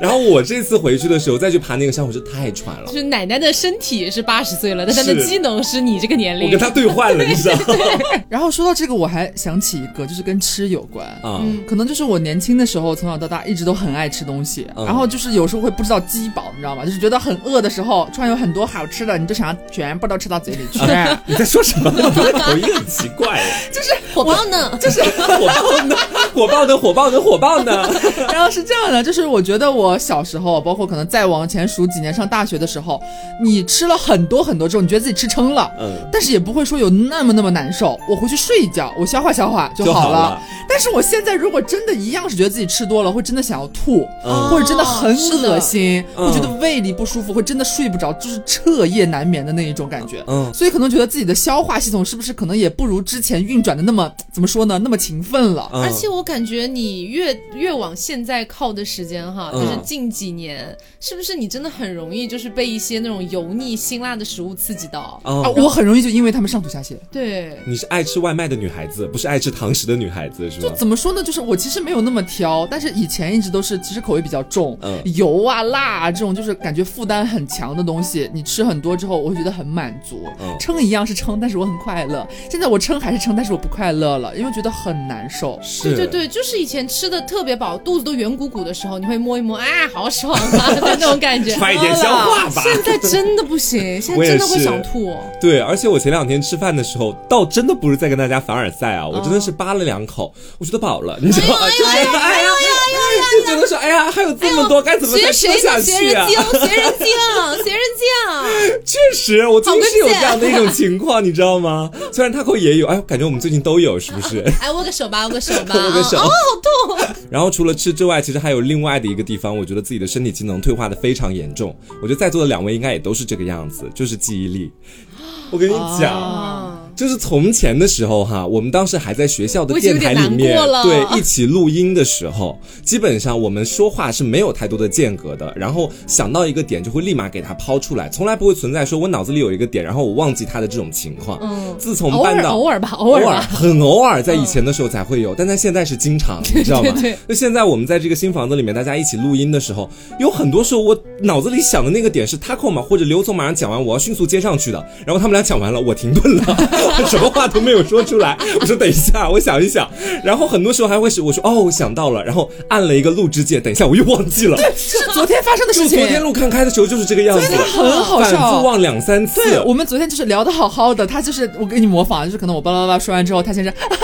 Speaker 2: 然后我这次回去的时候再去爬那个山，我是太喘了
Speaker 1: 就。是奶奶的身体是八十岁了，但她的
Speaker 2: 是
Speaker 1: 机能是你这个年
Speaker 2: 我
Speaker 1: 龄
Speaker 2: 跟。她对换了，你知道
Speaker 3: 然后说到这个，我还想起一个，就是跟吃有关。
Speaker 2: 啊？
Speaker 3: 可能就是我年轻的时候，从小到大一直都很爱吃东西，
Speaker 2: 嗯
Speaker 3: 然后就是有时候会不知道饥饱，你知道吗？就是觉得很饿的时候，突然有很多好吃的，你就想要全部都吃到嘴里去。
Speaker 2: 你在说什么？我觉得口音很奇怪。
Speaker 1: 火爆呢，就是
Speaker 2: 火爆呢？火爆呢？火爆呢？火爆呢？
Speaker 3: 然后是这样的，就是我觉得我小时候，包括可能再往前数几年上大学的时候，你吃了很多很多之后，你觉得自己吃撑了，
Speaker 2: 嗯
Speaker 3: 但是也不会说有那么那么难受。我回去睡一觉，我消化消化就
Speaker 2: 就好
Speaker 3: 了。
Speaker 2: 了
Speaker 3: 但是我现在如果真的一样是觉得自己吃多了，会真的想要吐，
Speaker 2: 嗯
Speaker 3: 或者真的很
Speaker 1: 是的
Speaker 3: 恶心，
Speaker 2: 嗯
Speaker 3: 会觉得胃里不舒服，会真的睡不着，就是彻夜难眠的那一种感觉。
Speaker 2: 嗯
Speaker 3: 所以可能觉得自己的消化系统是不是可能也不如之前运转的那么怎么说呢，那么勤奋了。
Speaker 2: 嗯
Speaker 1: 而且我感觉你越越往现在靠的时间哈，就
Speaker 2: 嗯
Speaker 1: 是近几年，是不是你真的很容易就是被一些那种油腻辛辣的食物刺激到？
Speaker 2: 哦
Speaker 3: 啊，我很容易就因为他们上吐下泻。
Speaker 1: 对，
Speaker 2: 你是爱吃外卖的女孩子，不是爱吃堂食的女孩子，是
Speaker 3: 就
Speaker 2: 吗？
Speaker 3: 怎么说呢？就是我其实没有那么挑，但是以前一直都是，其实口味比较重，
Speaker 2: 嗯
Speaker 3: 油啊、辣啊这种，就是感觉负担很强的东西，你吃很多之后，我会觉得很满足。
Speaker 2: 嗯
Speaker 3: 撑一样是撑，但是我很快乐。现在我撑还是撑，但是我不快乐了，因为觉得很难受。
Speaker 2: 是
Speaker 1: 对对，对，就是以前吃的特别饱，肚子都圆鼓鼓的时候，你会摸一摸，啊，好爽啊， 就那种感觉。
Speaker 2: 快一点消化吧。
Speaker 1: 现在真的不行，现在真的会想吐、哦
Speaker 2: 对，而且我前两天吃饭的时候，倒真的不是在跟大家凡尔赛啊，我真的是扒了两口，我觉得饱了，你知道吗？就觉得哎呀，就觉得说哎呀，还有这么多，该怎么
Speaker 1: 哎学
Speaker 2: 再吃
Speaker 1: 谁
Speaker 2: 下
Speaker 1: 呢？学
Speaker 2: 去
Speaker 1: 人
Speaker 2: 啊？
Speaker 1: 精，学 人精，学啊人精。
Speaker 2: 确实，我最近是有
Speaker 1: 好
Speaker 2: 这
Speaker 1: 个贱
Speaker 2: 样的一种情况，你知道吗？虽然他口也有，哎，感觉我们最近都有，是不是？
Speaker 1: 哎，握个手吧，握个手吧。
Speaker 2: 握个手
Speaker 1: 哦，好痛。
Speaker 2: 然后除了吃之外，其实还有另外的一个地方，我觉得自己的身体机能退化的非常严重。我觉得在座的两位应该也都是这个样子，就是记忆力。我跟你讲。
Speaker 1: 啊
Speaker 2: 就是从前的时候哈，我们当时还在学校的
Speaker 1: 我已经
Speaker 2: 电
Speaker 1: 有
Speaker 2: 台
Speaker 1: 点
Speaker 2: 里面
Speaker 1: 难过，了
Speaker 2: 对，一起录音的时候，基本上我们说话是没有太多的间隔的，然后想到一个点就会立马给它抛出来，从来不会存在说我脑子里有一个点，然后我忘记它的这种情况。
Speaker 1: 嗯
Speaker 2: 自从
Speaker 1: 偶
Speaker 2: 搬
Speaker 1: 尔
Speaker 2: 到
Speaker 1: 偶尔吧，偶尔吧。
Speaker 2: 很偶尔，在以前的时候才会
Speaker 3: 嗯
Speaker 2: 有，但在现在是经常，你知 道吗？
Speaker 1: 对对
Speaker 2: 就现在我们在这个新房子里面，大家一起录音的时候，有很多时候我脑子里想的那个点是 taco 嘛，或者刘总马上讲完，我要迅速接上去的，然后他们俩讲完了，我停顿了， 我什么话都没有说出来，我说等一下，我想一想，然后很多时候还会是我说哦我想到了，然后按了一个录制键，等一下我又忘记 了，
Speaker 3: 是昨天发生的
Speaker 2: 就
Speaker 3: 事情
Speaker 2: 昨。天录看开的时候就是这个样子，
Speaker 3: 很好
Speaker 2: 反
Speaker 3: 笑
Speaker 2: 复忘两三次，
Speaker 3: 对，我们昨天就是聊的好好的，他就是我给你模仿，就是可能我巴拉巴拉说完之后，他先是，然后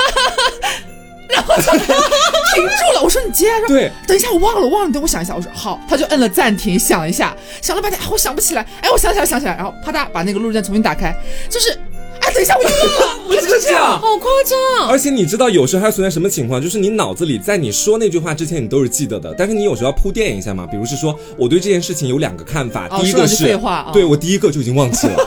Speaker 3: 就 停住了。我说你接啊，然后
Speaker 2: 对，
Speaker 3: 等一下，我忘了，我忘了，你等我想一下。我说好，他就摁了暂停，想一下，想了半天，哎，我想不起来，哎，我想起来，想起来，然后啪嗒把那个录制键重新打开，就是，哎，等一下，我又忘了，我就是这样。
Speaker 1: 好夸张！啊
Speaker 2: 而且你知道，有时候还存在什么情况？就是你脑子里在你说那句话之前，你都是记得的，但是你有时候要铺垫一下嘛。比如是说，我对这件事情有两个看法，
Speaker 3: 哦
Speaker 2: 第一个
Speaker 3: 说
Speaker 2: 是，
Speaker 3: 两句废话
Speaker 1: 啊
Speaker 3: 哦
Speaker 2: 对我第一个就已经忘 记了，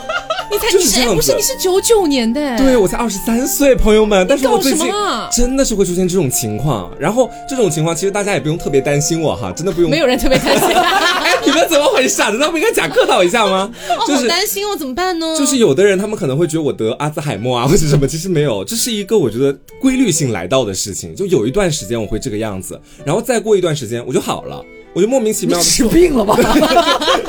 Speaker 1: 你才
Speaker 2: 就是
Speaker 1: 你是
Speaker 2: 这样
Speaker 1: 哎，不是
Speaker 2: 子
Speaker 1: 你是九九年的，
Speaker 2: 对，我才二十三岁，朋友们。但是我最近
Speaker 1: 搞什么啊
Speaker 2: 真的是会出现这种情况，然后这种情况其实大家也不用特别担心我哈，真的不用。
Speaker 1: 没有人特别担 心。
Speaker 2: 哎，你们怎么回事啊？难道不应该假客套一下吗？
Speaker 1: 哦，
Speaker 2: 就
Speaker 1: 好
Speaker 2: 是
Speaker 1: 担心哦，怎么办呢？
Speaker 2: 就是有的人他们可能会觉得我得阿兹海默啊或者什么，其实没有，这是一个我觉得规律性来到的事情。就有一段时间我会这个样子，然后再过一段时间我就好了，我就莫名其
Speaker 3: 你
Speaker 2: 妙的
Speaker 3: 是病 了吧？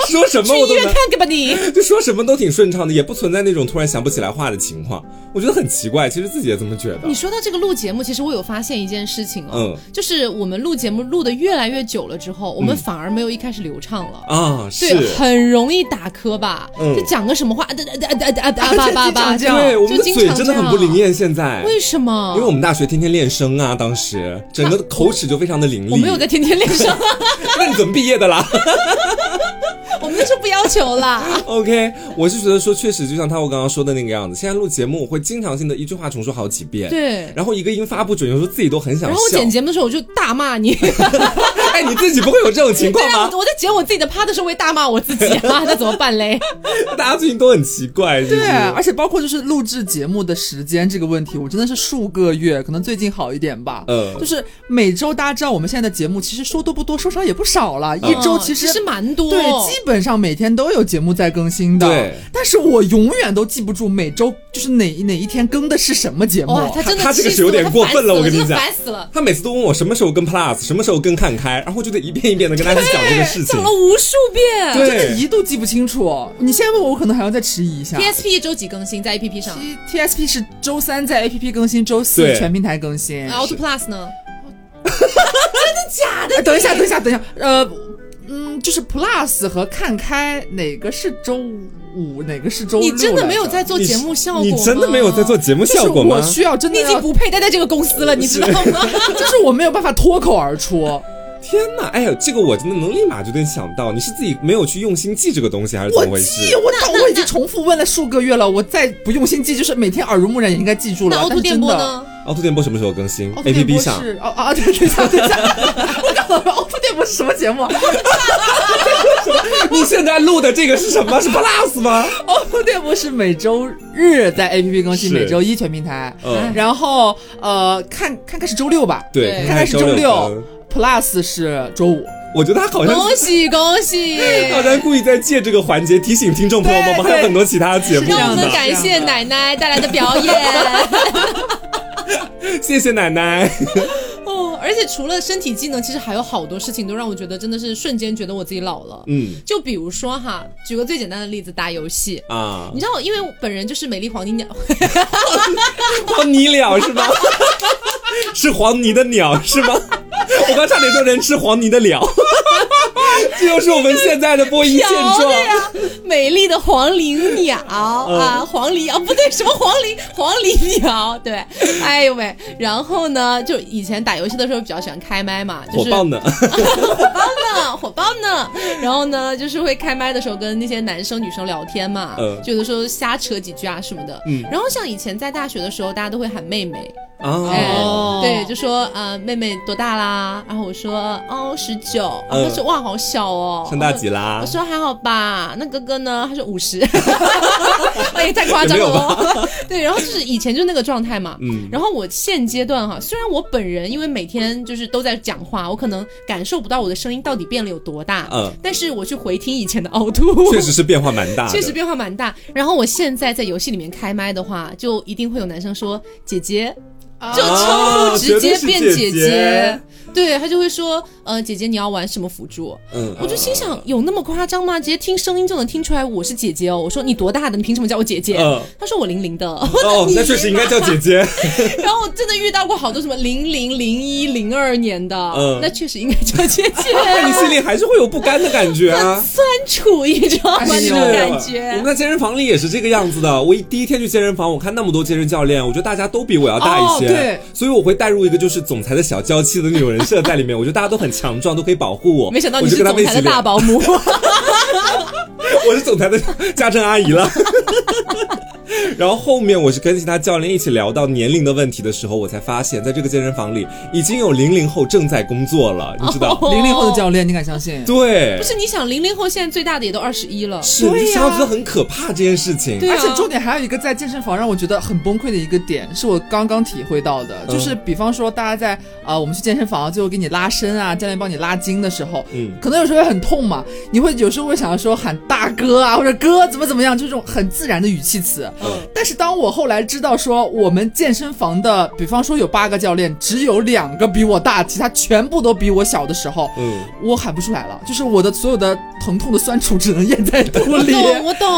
Speaker 2: 说什么
Speaker 1: 去
Speaker 2: 我
Speaker 1: 医
Speaker 2: 都
Speaker 1: 院
Speaker 2: 能
Speaker 1: 看。看吧 你。
Speaker 2: 就说什么都挺顺畅的，也不存在那种突然想不起来话的情况，我觉得很奇怪。其实自己也这么觉得
Speaker 1: 你。说到这个录节目，其实我有发现一件事情哦，
Speaker 2: 嗯
Speaker 1: 就是我们录节目录的越来越久了之后，我们反而没有一开始流畅了。
Speaker 2: 啊，是，
Speaker 1: 对，很容易打磕巴，
Speaker 2: 嗯
Speaker 1: 就讲个什么话，啊哒哒哒哒哒 哒啊叭叭叭，
Speaker 3: 经常这样
Speaker 2: 对我们的
Speaker 1: 就经
Speaker 2: 嘴
Speaker 1: 常
Speaker 2: 真的
Speaker 1: 这
Speaker 2: 很
Speaker 1: 样啊
Speaker 2: 不灵验。现在，
Speaker 1: 为什么？
Speaker 2: 因 为我们大学天天练声啊，当时整个口齿就非常的伶俐。
Speaker 1: 我没有在，天天练 声，
Speaker 2: 那你怎么毕业的啦？
Speaker 1: 我们那时候不要求啦。
Speaker 2: OK，我是觉得说，确实就像他我刚刚说的那个样子，现在录节目我会经常性的一句话重说好几 遍，，
Speaker 1: 对，
Speaker 2: 然后一个音发不准，有时候自己都很想
Speaker 1: 然
Speaker 2: 笑。
Speaker 1: 后我剪节目的时候我就大骂 你，
Speaker 2: 哎，你自己不会有这种情况
Speaker 1: 对啊，
Speaker 2: 吗？
Speaker 1: 我我在剪我自己的趴的时候会大骂我自己 啊，那怎么办 嘞？
Speaker 2: 大家最近都很奇怪，是不是
Speaker 3: 对，而且包括就是录制节目的时间这个问题，我真的是数个月，可能最近好一点吧。
Speaker 2: 嗯
Speaker 3: 就是每周大家知道我们现在的节目其实说多不多，说少也不少了，一周
Speaker 1: 哦
Speaker 3: 嗯其实
Speaker 1: 是蛮多，
Speaker 3: 对，基本上每天都有节目在更新的。
Speaker 2: 对
Speaker 3: 但是我永远都记不住每周就是哪哪一天更的是什么节目。
Speaker 1: 哇，他真的
Speaker 2: 他这个
Speaker 1: 气
Speaker 2: 是
Speaker 1: 死我
Speaker 2: 有点
Speaker 1: 他
Speaker 2: 过
Speaker 1: 烦
Speaker 2: 分
Speaker 1: 死
Speaker 2: 了我跟你
Speaker 1: 真的
Speaker 2: 讲
Speaker 1: 烦死了。
Speaker 2: 他每次都问我什么时候跟 Plus，什么时候跟看开，然后我就得一遍一遍的跟大家讲这个事情
Speaker 1: 讲。了无数遍。
Speaker 2: 对啊
Speaker 3: 真的一度记不清楚。你现在问我，我可能还要再迟疑一下。
Speaker 1: PSP 一周几更新在 APP 上
Speaker 3: T- TSP 是周三在 APP 更新，周四
Speaker 2: 对
Speaker 3: 全平台更新。
Speaker 1: ，Auto Plus 呢？
Speaker 3: 哎等一下，等一下，等一下，呃，嗯，就是 Plus 和看开哪个是周五，哪个是周六？
Speaker 1: 你真的没有在。做节目效果
Speaker 2: 你
Speaker 1: 吗
Speaker 2: 真的没有在做啊节目
Speaker 3: 就是
Speaker 2: 效果吗
Speaker 3: 我？需要真
Speaker 1: 你
Speaker 3: 的
Speaker 1: 已
Speaker 3: 要
Speaker 1: 经不配待在这个公司了，你知道吗？
Speaker 3: 就是我没有办法脱口而出。
Speaker 2: 天哪，哎呦，这个我真的能立马就能想到，你是自己没有去用心记这个东西，还是怎
Speaker 3: 我
Speaker 2: 么回
Speaker 3: 记，
Speaker 2: 事？
Speaker 3: 我
Speaker 1: 那
Speaker 3: 早
Speaker 1: 那
Speaker 3: 我已经重复问了数个月了，我再不用心记，就是每天耳濡目染也应该记住 了。
Speaker 1: 那凹凸
Speaker 3: 但是
Speaker 1: 电
Speaker 3: 真
Speaker 1: 波
Speaker 3: 的？
Speaker 1: 呢？
Speaker 2: 凹凸哦电波什么时候更新
Speaker 3: 凹凸
Speaker 2: ？A P
Speaker 3: 电
Speaker 2: P
Speaker 3: 波
Speaker 2: 上
Speaker 3: 是哦哦，对，等一下，等一下，我搞了，凹凸电波是什么节目啊？
Speaker 2: 你现在录的这个是什么？是 Plus 吗？
Speaker 3: 凹凸电波是每周日在 APP 更新，
Speaker 2: 是
Speaker 3: 每周一全平台。
Speaker 1: 哎
Speaker 2: 嗯，
Speaker 3: 然后呃，看看看是周六吧，
Speaker 2: 对，
Speaker 1: 对
Speaker 2: 看
Speaker 3: 看看是周
Speaker 2: 六嗯
Speaker 3: 六。，Plus 是周五。
Speaker 2: 我觉得他好像
Speaker 1: 恭喜恭喜！
Speaker 2: 他好像故意在借这个环节提醒听众朋友们，
Speaker 3: 对
Speaker 2: 我们还有很多其他节目
Speaker 3: 是这
Speaker 1: 让
Speaker 3: 样
Speaker 1: 我
Speaker 3: 的
Speaker 1: 们
Speaker 2: 呢。
Speaker 1: 感
Speaker 3: 这
Speaker 1: 谢
Speaker 3: 样的
Speaker 1: 奶奶带来的表演。
Speaker 2: 谢谢奶奶。
Speaker 1: 哦，而且除了身体技能，其实还有好多事情都让我觉得真的是瞬间觉得我自己老了。
Speaker 2: 嗯
Speaker 1: 就比如说哈，举个最简单的例子，打游戏。
Speaker 2: 啊
Speaker 1: 你，知道，因为我本人就是美丽黄金鸟，
Speaker 2: 黄泥鸟是吗？ 是黄泥的鸟是吗？我刚差点说人吃黄泥的鸟， 这就是我们现在的播音现
Speaker 1: 瓢
Speaker 2: 状
Speaker 1: 的。呀，美丽的黄鹂鸟啊，黄鹂啊，不对，什么黄鹂，黄鹂鸟，对，哎呦喂，然后呢，就以前打游戏的时候比较喜欢开麦嘛，就
Speaker 2: 火
Speaker 1: 是
Speaker 2: 爆呢？
Speaker 1: 火爆呢，火爆呢。然后呢，就是会开麦的时候跟那些男生女生聊天嘛，
Speaker 2: 嗯
Speaker 1: 就有的时候瞎扯几句啊什么的。
Speaker 2: 嗯
Speaker 1: 然后像以前在大学的时候，大家都会喊妹妹，哎
Speaker 2: 啊，
Speaker 1: 对，就说呃妹妹多大啦？然后我说哦十九，然后
Speaker 2: 嗯
Speaker 1: 他说哇好小哦，
Speaker 2: 上大几啦
Speaker 1: 我？说还好吧，那哥哥呢？他说五 十，哎呀，太夸张了
Speaker 2: 也
Speaker 1: 哦。对，然后就是以前就那个状态嘛。
Speaker 2: 嗯
Speaker 1: 然后我现阶段哈，虽然我本人因为每天就是都在讲话，我可能感受不到我的声音到底变了有多大，
Speaker 2: 嗯
Speaker 1: 但是我去回听以前的凹凸，
Speaker 2: 确实是变化蛮大的。
Speaker 1: 确实变化蛮大。然后我现在在游戏里面开麦的话，就一定会有男生说姐姐，就称呼
Speaker 2: 啊
Speaker 1: 直
Speaker 2: 绝
Speaker 1: 接
Speaker 2: 对是
Speaker 1: 变
Speaker 2: 姐
Speaker 1: 姐
Speaker 2: 姐
Speaker 1: 对他就会说，呃，姐姐你要玩什么辅助？
Speaker 2: 嗯，
Speaker 1: 我就心想，有那么夸张吗？直接听声音就能听出来我是姐姐哦。我说你多大的？你凭什么叫我姐姐？
Speaker 2: 嗯
Speaker 1: 他说我零零的。
Speaker 2: 哦，
Speaker 1: 你
Speaker 2: 那确实应该叫姐姐。
Speaker 1: 然后我真的遇到过好多什么零零零一零二年的，
Speaker 2: 嗯
Speaker 1: 那确实应该叫姐姐。
Speaker 2: 但 你心里还是会有不甘的感 觉啊。
Speaker 1: 酸楚，你知道吗？
Speaker 3: 哎
Speaker 1: 那
Speaker 3: 呦
Speaker 1: 种感
Speaker 2: 我们
Speaker 1: 觉。
Speaker 2: 在健身房里也是这个样子的。我一第一天去健身房，我看那么多健身教练，我觉得大家都比我要大一些，
Speaker 3: 哦对，
Speaker 2: 所以我会带入一个就是总裁的小娇妻的那种人设在里面。我觉得大家都很强壮，都可以保护我。
Speaker 1: 没想到
Speaker 2: 我
Speaker 1: 你
Speaker 2: 就是跟他们
Speaker 1: 总
Speaker 2: 一
Speaker 1: 裁
Speaker 2: 起
Speaker 1: 的大
Speaker 2: 聊，
Speaker 1: 保姆，
Speaker 2: 我是总裁的 家政阿姨了。 然后后面我是跟其他教练一起聊到年龄的问题的时候，我才发现，在这个健身房里已经有零零后正在工作了，你 知道？
Speaker 1: 哦
Speaker 3: 零零后的教练，你敢相信？
Speaker 2: 对，
Speaker 1: 不是你想，零零后现在最大的也都二十一了，
Speaker 2: 是，你
Speaker 3: 对
Speaker 2: 就
Speaker 3: 呀
Speaker 2: 想要觉得很可怕这件事情。
Speaker 1: 对啊
Speaker 3: 而且重点还有一个在健身房让我觉得很崩溃的一个点，是我刚刚体会到的，就是比方说大家在啊、呃我们去健身房最后给你拉伸啊，教练帮你拉筋的时候，
Speaker 2: 嗯
Speaker 3: 可能有时候会很痛嘛，你会有时候会想要说喊大哥啊，或者哥怎么怎么样，就这种很自然的语气词。
Speaker 2: 嗯
Speaker 3: 但是当我后来知道说我们健身房的，比方说有八个教练，只有两个比我大，其他全部都比我小的时候，
Speaker 2: 嗯，
Speaker 3: 我喊不出来了，就是我的所有的疼痛的酸楚只能咽在肚
Speaker 1: 我
Speaker 3: 里。
Speaker 1: 懂，我 懂。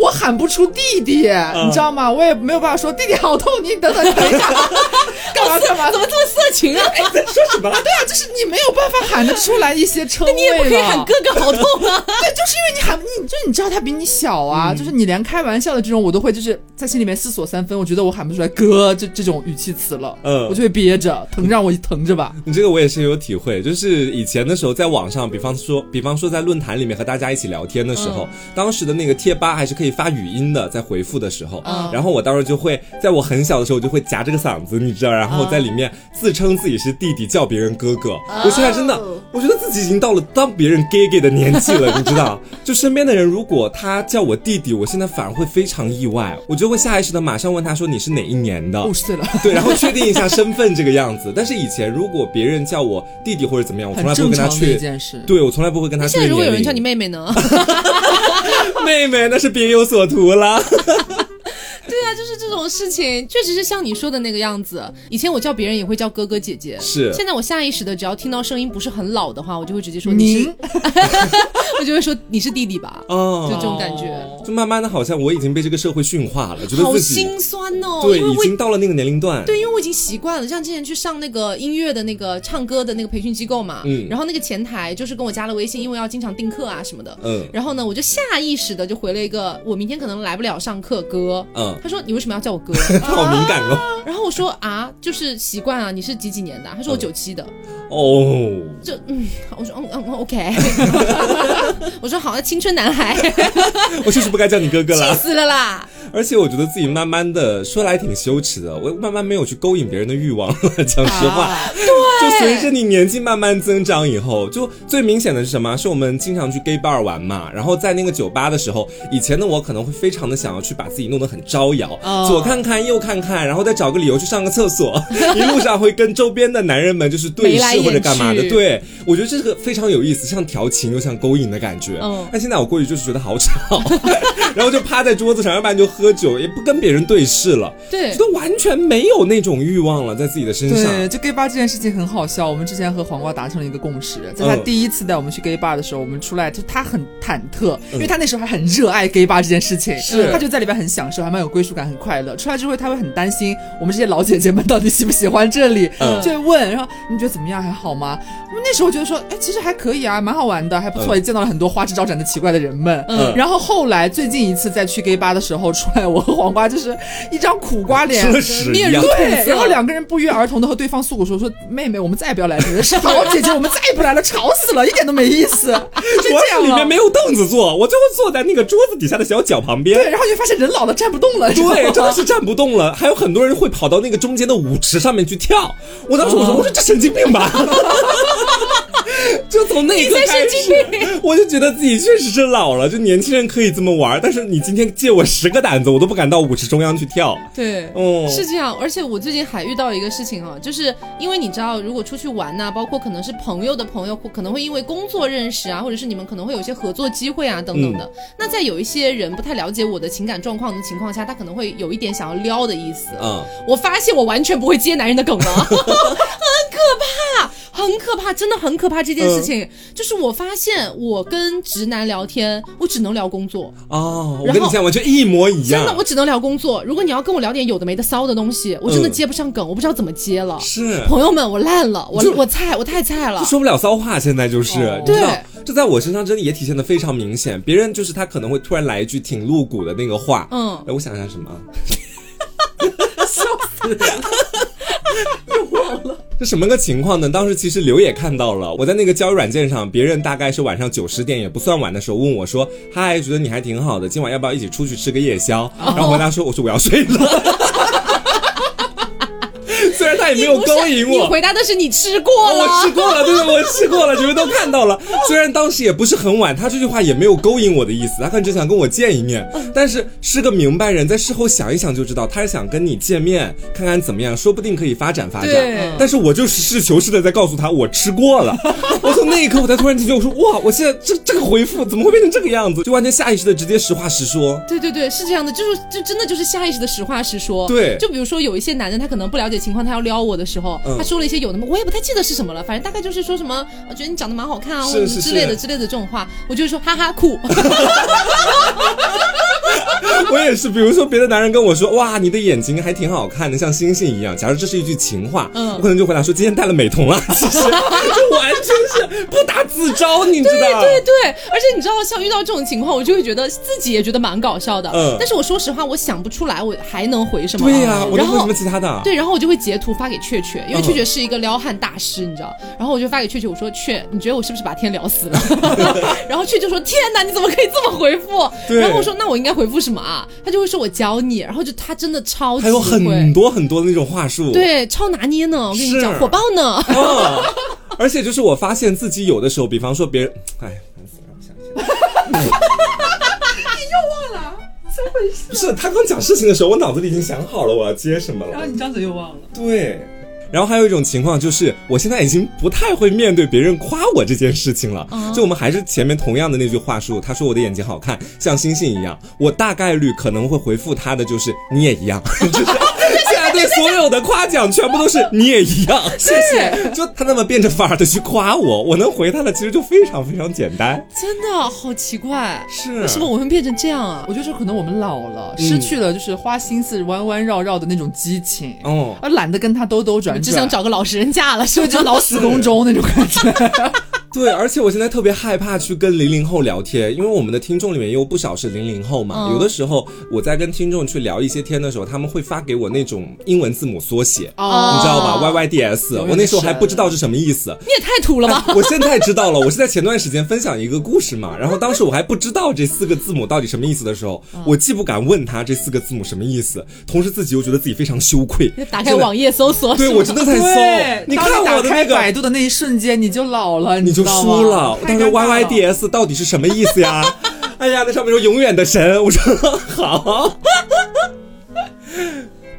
Speaker 3: 我喊不出弟弟，你知道吗？我也没有办法说弟弟好痛，你等等，你等一下，啊 干嘛干嘛？
Speaker 1: 怎么这么色情啊？
Speaker 2: 在说什么？
Speaker 3: 对啊，就是你没有办法喊得出来一些称谓了。啊
Speaker 1: 你也不可以喊哥哥好痛啊！
Speaker 3: 对，就是因为你喊你，就你知道他比你小啊，就是你连开玩笑的这种，我都会就是在心里面思索三分，我觉得我喊不出来哥这这种语气词了，
Speaker 2: 嗯
Speaker 3: 我就会憋着，疼让我疼着吧。
Speaker 2: 你这个我也是有体会，就是以前的时候，在网上，比方说，比方说在论坛里面和大家一起聊天的时候，当时的那个贴吧还是可以发语音的，在回复的时候，
Speaker 1: 嗯
Speaker 2: 然后我当时就会，在我很小的时候，我就会夹着个嗓子，你知道，然后在里面自称自己是弟弟，叫别人哥哥。我现在真的，我觉得自己已经到了当别人 gay gay 的年纪了，你知道，就身边的人如果他叫我弟弟，我现在反而会非常意外，我就会下意识的马上问他说你是哪一年的，
Speaker 3: 五十岁了，
Speaker 2: 对，然后确定一下身份这个样子。但是以前如果别人叫我弟弟或者怎么样，我从
Speaker 3: 很
Speaker 2: 来不会
Speaker 3: 正
Speaker 2: 跟他
Speaker 3: 常的一
Speaker 2: 确。
Speaker 3: 件事。
Speaker 2: 对，我从来不会跟他确
Speaker 1: 现
Speaker 2: 认
Speaker 1: 在如果
Speaker 2: 年龄。
Speaker 1: 有人叫你妹妹呢？
Speaker 2: 妹妹，那是别有所图 了。
Speaker 1: 对啊，就是这种事情，确实是像你说的那个样子。以前我叫别人也会叫哥哥姐姐，
Speaker 2: 是
Speaker 1: 现在我下意识的，只要听到声音不是很老的话，我就会直接说你是
Speaker 3: 您，
Speaker 1: 我就会说你是弟弟吧，就这
Speaker 2: 哦，
Speaker 1: 种感觉，
Speaker 2: 就慢慢的，好像我已经被这个社会驯化了，觉得
Speaker 1: 好
Speaker 2: 自己
Speaker 1: 心酸哦。
Speaker 2: 对
Speaker 1: 因为
Speaker 2: 已
Speaker 1: 我
Speaker 2: 经到了那个年龄段。
Speaker 1: 对，因为我已经习惯了，像之前去上那个音乐的那个唱歌的那个培训机构嘛，
Speaker 2: 嗯
Speaker 1: 然后那个前台就是跟我加了微信，因为要经常订课啊什么的，
Speaker 2: 嗯
Speaker 1: 然后呢，我就下意识的就回了一个我明天可能来不了上课哥，
Speaker 2: 嗯
Speaker 1: 他说你为什么要叫我哥？
Speaker 2: 他好敏感哦。
Speaker 1: 然后我说啊，就是习惯啊，你是几几年的啊？他说我九七的，
Speaker 2: 哦，
Speaker 1: 就嗯，好我说嗯嗯嗯 OK，我说好，那青春男孩，
Speaker 2: 我就是不该叫你哥哥
Speaker 1: 气
Speaker 2: 啦。
Speaker 1: 死了啦！
Speaker 2: 而且我觉得自己慢慢的说来挺羞耻的，我慢慢没有去勾引别人的欲望了。 讲实话，
Speaker 3: 啊
Speaker 2: 就随着你年纪慢慢增长以后，就最明显的是什么？是我们经常去 gay bar 玩嘛，然后在那个酒吧的时候，以前的我可能会非常的想要去把自己弄得很招摇，
Speaker 1: 哦
Speaker 2: 左看看右看看，然后再找个理由去上个厕所， 一路上会跟周边的男人们就是对
Speaker 1: 眉来
Speaker 2: 视
Speaker 1: 眼
Speaker 2: 或者干嘛的。
Speaker 1: 去
Speaker 2: 对，我觉得这个非常有意思，像调情又像勾引的感觉。
Speaker 1: 嗯
Speaker 2: 但现在我过去就是觉得好吵， 然后就趴在桌子上，要不然就喝酒，也不跟别人对视了，
Speaker 1: 对
Speaker 2: 觉，得完全没有那种欲望了，在自己的身上。
Speaker 3: 对，就 gay bar 这件事情很好笑。我们之前和黄瓜达成了一个共识，在他
Speaker 2: 嗯
Speaker 3: 第一次带我们去 gay bar 的时候，我们出来就他很忐忑，因为他那时候还很热爱 gay bar 这件事情，
Speaker 2: 嗯是
Speaker 3: 他就在里边很享受，还蛮有归属感，很快乐。出来之后，他会很担心我们这些老姐姐们到底喜不喜欢这里，
Speaker 2: 嗯
Speaker 3: 就会问，然后你觉得怎么样，还好吗？我们那时候觉得说，哎，其实还可以啊，蛮好玩的，还不错，
Speaker 2: 嗯
Speaker 3: 也见到了很多花枝招展的奇怪的人们。
Speaker 2: 嗯
Speaker 3: 然后后来最近一次再去 gay bar 的时候出来，我和黄瓜就是一张苦瓜脸，
Speaker 2: 吃了屎一
Speaker 1: 面
Speaker 2: 样
Speaker 1: 如。
Speaker 3: 对，
Speaker 1: 色
Speaker 3: 然后两个人不约而同的和对方诉苦说：“说妹妹，我们再也不要来这里了，是 好姐姐，我们再也不来了，吵死了，一点都没意思，就
Speaker 2: 桌
Speaker 3: 这
Speaker 2: 子里面
Speaker 3: 样啊
Speaker 2: 没
Speaker 3: 了。
Speaker 2: 有凳子坐，我就坐在那个桌子底下的小脚旁”边。
Speaker 3: 对，然后就发现人老了站 不动了，是吧
Speaker 2: 对， 真的是站不动了。还有很多人会跑到那个中间的舞池上面去跳。我当时
Speaker 1: 啊
Speaker 2: 我说，我说这神经病吧。 就从那一刻开始，我就觉得自己确实是老了。就年轻人可以这么玩，但是你今天借我十个胆子，我都不敢到舞池中央去跳。
Speaker 1: 对，
Speaker 2: 哦
Speaker 1: 是这样。而且我最近还遇到一个事情啊，就是因为你知道，如果出去玩呐、包括可能是朋友的朋友，可能会因为工作认识啊，或者是你们可能会有一些合作机会啊等等的。那在有一些人不太了解我的情感状况的情况下，他可能会有一点想要撩的意思。啊
Speaker 2: 嗯，
Speaker 1: 我发现我完全不会接男人的梗 了，很可怕，很可怕，真的很可怕。这件事情、
Speaker 2: 嗯
Speaker 1: 就是我发现我跟直男聊天，我只能聊工作。
Speaker 2: 哦，我
Speaker 1: 然
Speaker 2: 跟你
Speaker 1: 后
Speaker 2: 讲，完全一模一样。
Speaker 1: 真的，我只能聊工作。如果你要跟我聊点有的没的骚的东西，我真的
Speaker 2: 嗯
Speaker 1: 接不上梗，我不知道怎么接了。
Speaker 2: 是
Speaker 1: 朋友们，我烂了，我
Speaker 2: 嗯就
Speaker 1: 我菜，我太菜了
Speaker 2: 就。说不了骚话，现在就是，
Speaker 3: 哦
Speaker 2: 你知道，
Speaker 1: 对
Speaker 2: 这在我身上真的也体现的非常明显。别人就是他可能会突然来一句挺露骨的那个话，
Speaker 1: 嗯
Speaker 2: 哎，我想想什么啊， 这什么个情况呢？当时其实刘也看到了，我在那个交友软件上，别人大概是晚上九十点也不算晚的时候问我说：“嗨，觉得你还挺好的，今晚要不要一起出去吃个夜宵？”
Speaker 1: 哦
Speaker 2: 然后回答说：“我说我要睡了。” 虽然他也没有
Speaker 1: 不是
Speaker 2: 勾引
Speaker 1: 你
Speaker 2: 我，哦
Speaker 1: 回答的是你吃过了，
Speaker 2: 我吃过了，对对，我吃过了，你们都看到了。虽然当时也不是很晚，他这句话也没有勾引我的意思，他可能只想跟我见一面。
Speaker 1: 嗯
Speaker 2: 但是是个明白人，在事后想一想就知道，他是想跟你见面，看看怎么样，说不定可以发展发展
Speaker 1: 对。
Speaker 2: 但是我就实事求是的在告诉他，我吃过了。我从那一刻，我才突然听觉，我说哇，我现在这这个回复怎么会变成这个样子？就完全下意识的直接实话实说。
Speaker 1: 对对对，是这样的，就是就真的就是下意识的实话实说。
Speaker 2: 对
Speaker 1: 就比如说有一些男人，他可能不了解情况，他要撩我的时候，
Speaker 2: 嗯
Speaker 1: 他说了一些有的，我也不太记得是什么了，反正大概就是说什么，我觉得你长得蛮好看啊，
Speaker 2: 是
Speaker 1: 或者
Speaker 2: 是
Speaker 1: 之类的
Speaker 2: 是
Speaker 1: 之类的这种话，我就会说哈哈酷，
Speaker 2: 我也是，比如说别的男人跟我说，哇，你的眼睛还挺好看的，像星星一样。假如这是一句情话，
Speaker 1: 嗯
Speaker 2: 我可能就回答说今天戴了美瞳了。 其实这完全是不打自招，你知道？
Speaker 1: 对对，而且你知道，像遇到这种情况，我就会觉得自己也觉得蛮搞笑的。
Speaker 2: 嗯
Speaker 1: 但是我说实话，我想不出来我还能回什么。
Speaker 2: 对呀、我
Speaker 1: 然
Speaker 2: 能说什
Speaker 1: 后
Speaker 2: 么其他的？
Speaker 1: 对，然后我就会截图发给雀雀，因为
Speaker 2: 啊嗯
Speaker 1: 雀雀是一个撩汉大师，你知道。然后我就发给雀雀，我说雀，你觉得我是不是把天聊死了？ 然后雀就说天哪，你怎么可以这么回复？
Speaker 2: 对
Speaker 1: 然后我说那我应该回复什么啊？他就会说我教你，然后就他真的超级
Speaker 2: 还有很
Speaker 1: 会，
Speaker 2: 多很多的那种话术。。
Speaker 1: 对，超拿捏呢，我跟你
Speaker 2: 是
Speaker 1: 讲，火爆呢。
Speaker 2: 哦，而且就是我发现自己有的时候，比方说别人，哎，烦死了，我想一 下。你又忘了，怎么回事？不是他刚讲事情的时候，我脑子里已经想好了我要接什么了。
Speaker 3: 你张嘴又忘了。
Speaker 2: 对。然后还有一种情况就是，我现在已经不太会面对别人夸我这件事情了。就我们还是前面同样的那句话术，他说我的眼睛好看，像星星一样。我大概率可能会回复他的就是你也一 样，就是现在对所有的夸奖全部都是你也一样， 谢谢。就他那么变着法儿的去夸我，我能回他的其实就非常非常简单。
Speaker 1: 真的好奇怪，
Speaker 2: 是
Speaker 1: 为什么我会变成这样啊？
Speaker 3: 我觉得这可能我们老了，
Speaker 2: 嗯
Speaker 3: 失去了就是花心思弯弯绕绕的那种激情，
Speaker 2: 哦
Speaker 3: 而懒得跟他兜兜转转，
Speaker 1: 只想找个老实人嫁了，是不
Speaker 3: 对，
Speaker 1: 是？
Speaker 3: 就老死宫中那种感觉。
Speaker 2: 对，而且我现在特别害怕去跟零零后聊天，因为我们的听众里面有不少是零零后嘛。
Speaker 1: 嗯
Speaker 2: 有的时候我在跟听众去聊一些天的时候，他们会发给我那种英文字母缩写，
Speaker 1: 哦
Speaker 2: 你知道吧
Speaker 1: 哦
Speaker 2: ？Y Y D S，
Speaker 3: 有
Speaker 2: 我那时候
Speaker 3: 点
Speaker 2: 还
Speaker 3: 神
Speaker 2: 不知道是什么意思。哎
Speaker 1: 你也太土 了吧！
Speaker 2: 我现在知道了，我是在前段时间分享一个故事嘛，然后当时我还不知道这四个字母到底什么意思的时候，
Speaker 1: 嗯
Speaker 2: 我既不敢问他这四个字母什么意思，同时自己又觉得自己非常羞愧。
Speaker 1: 打开网页搜索，
Speaker 2: 对，
Speaker 1: 是吗
Speaker 2: 我真的在
Speaker 3: 对
Speaker 2: 搜，，你看
Speaker 3: 当
Speaker 2: 我
Speaker 3: 打
Speaker 2: 的
Speaker 3: 开
Speaker 2: 那
Speaker 3: 百
Speaker 2: 个，
Speaker 3: 度的那一瞬间，你就老了，
Speaker 2: 你
Speaker 3: 知
Speaker 2: 就
Speaker 3: 道
Speaker 2: 输
Speaker 3: 吗
Speaker 2: 了。
Speaker 3: 太
Speaker 2: 当时
Speaker 3: 尴尬
Speaker 2: Y Y
Speaker 3: 了
Speaker 2: D S 到底是什么意 思呀？哎呀，那上面说永远的神，我说 好，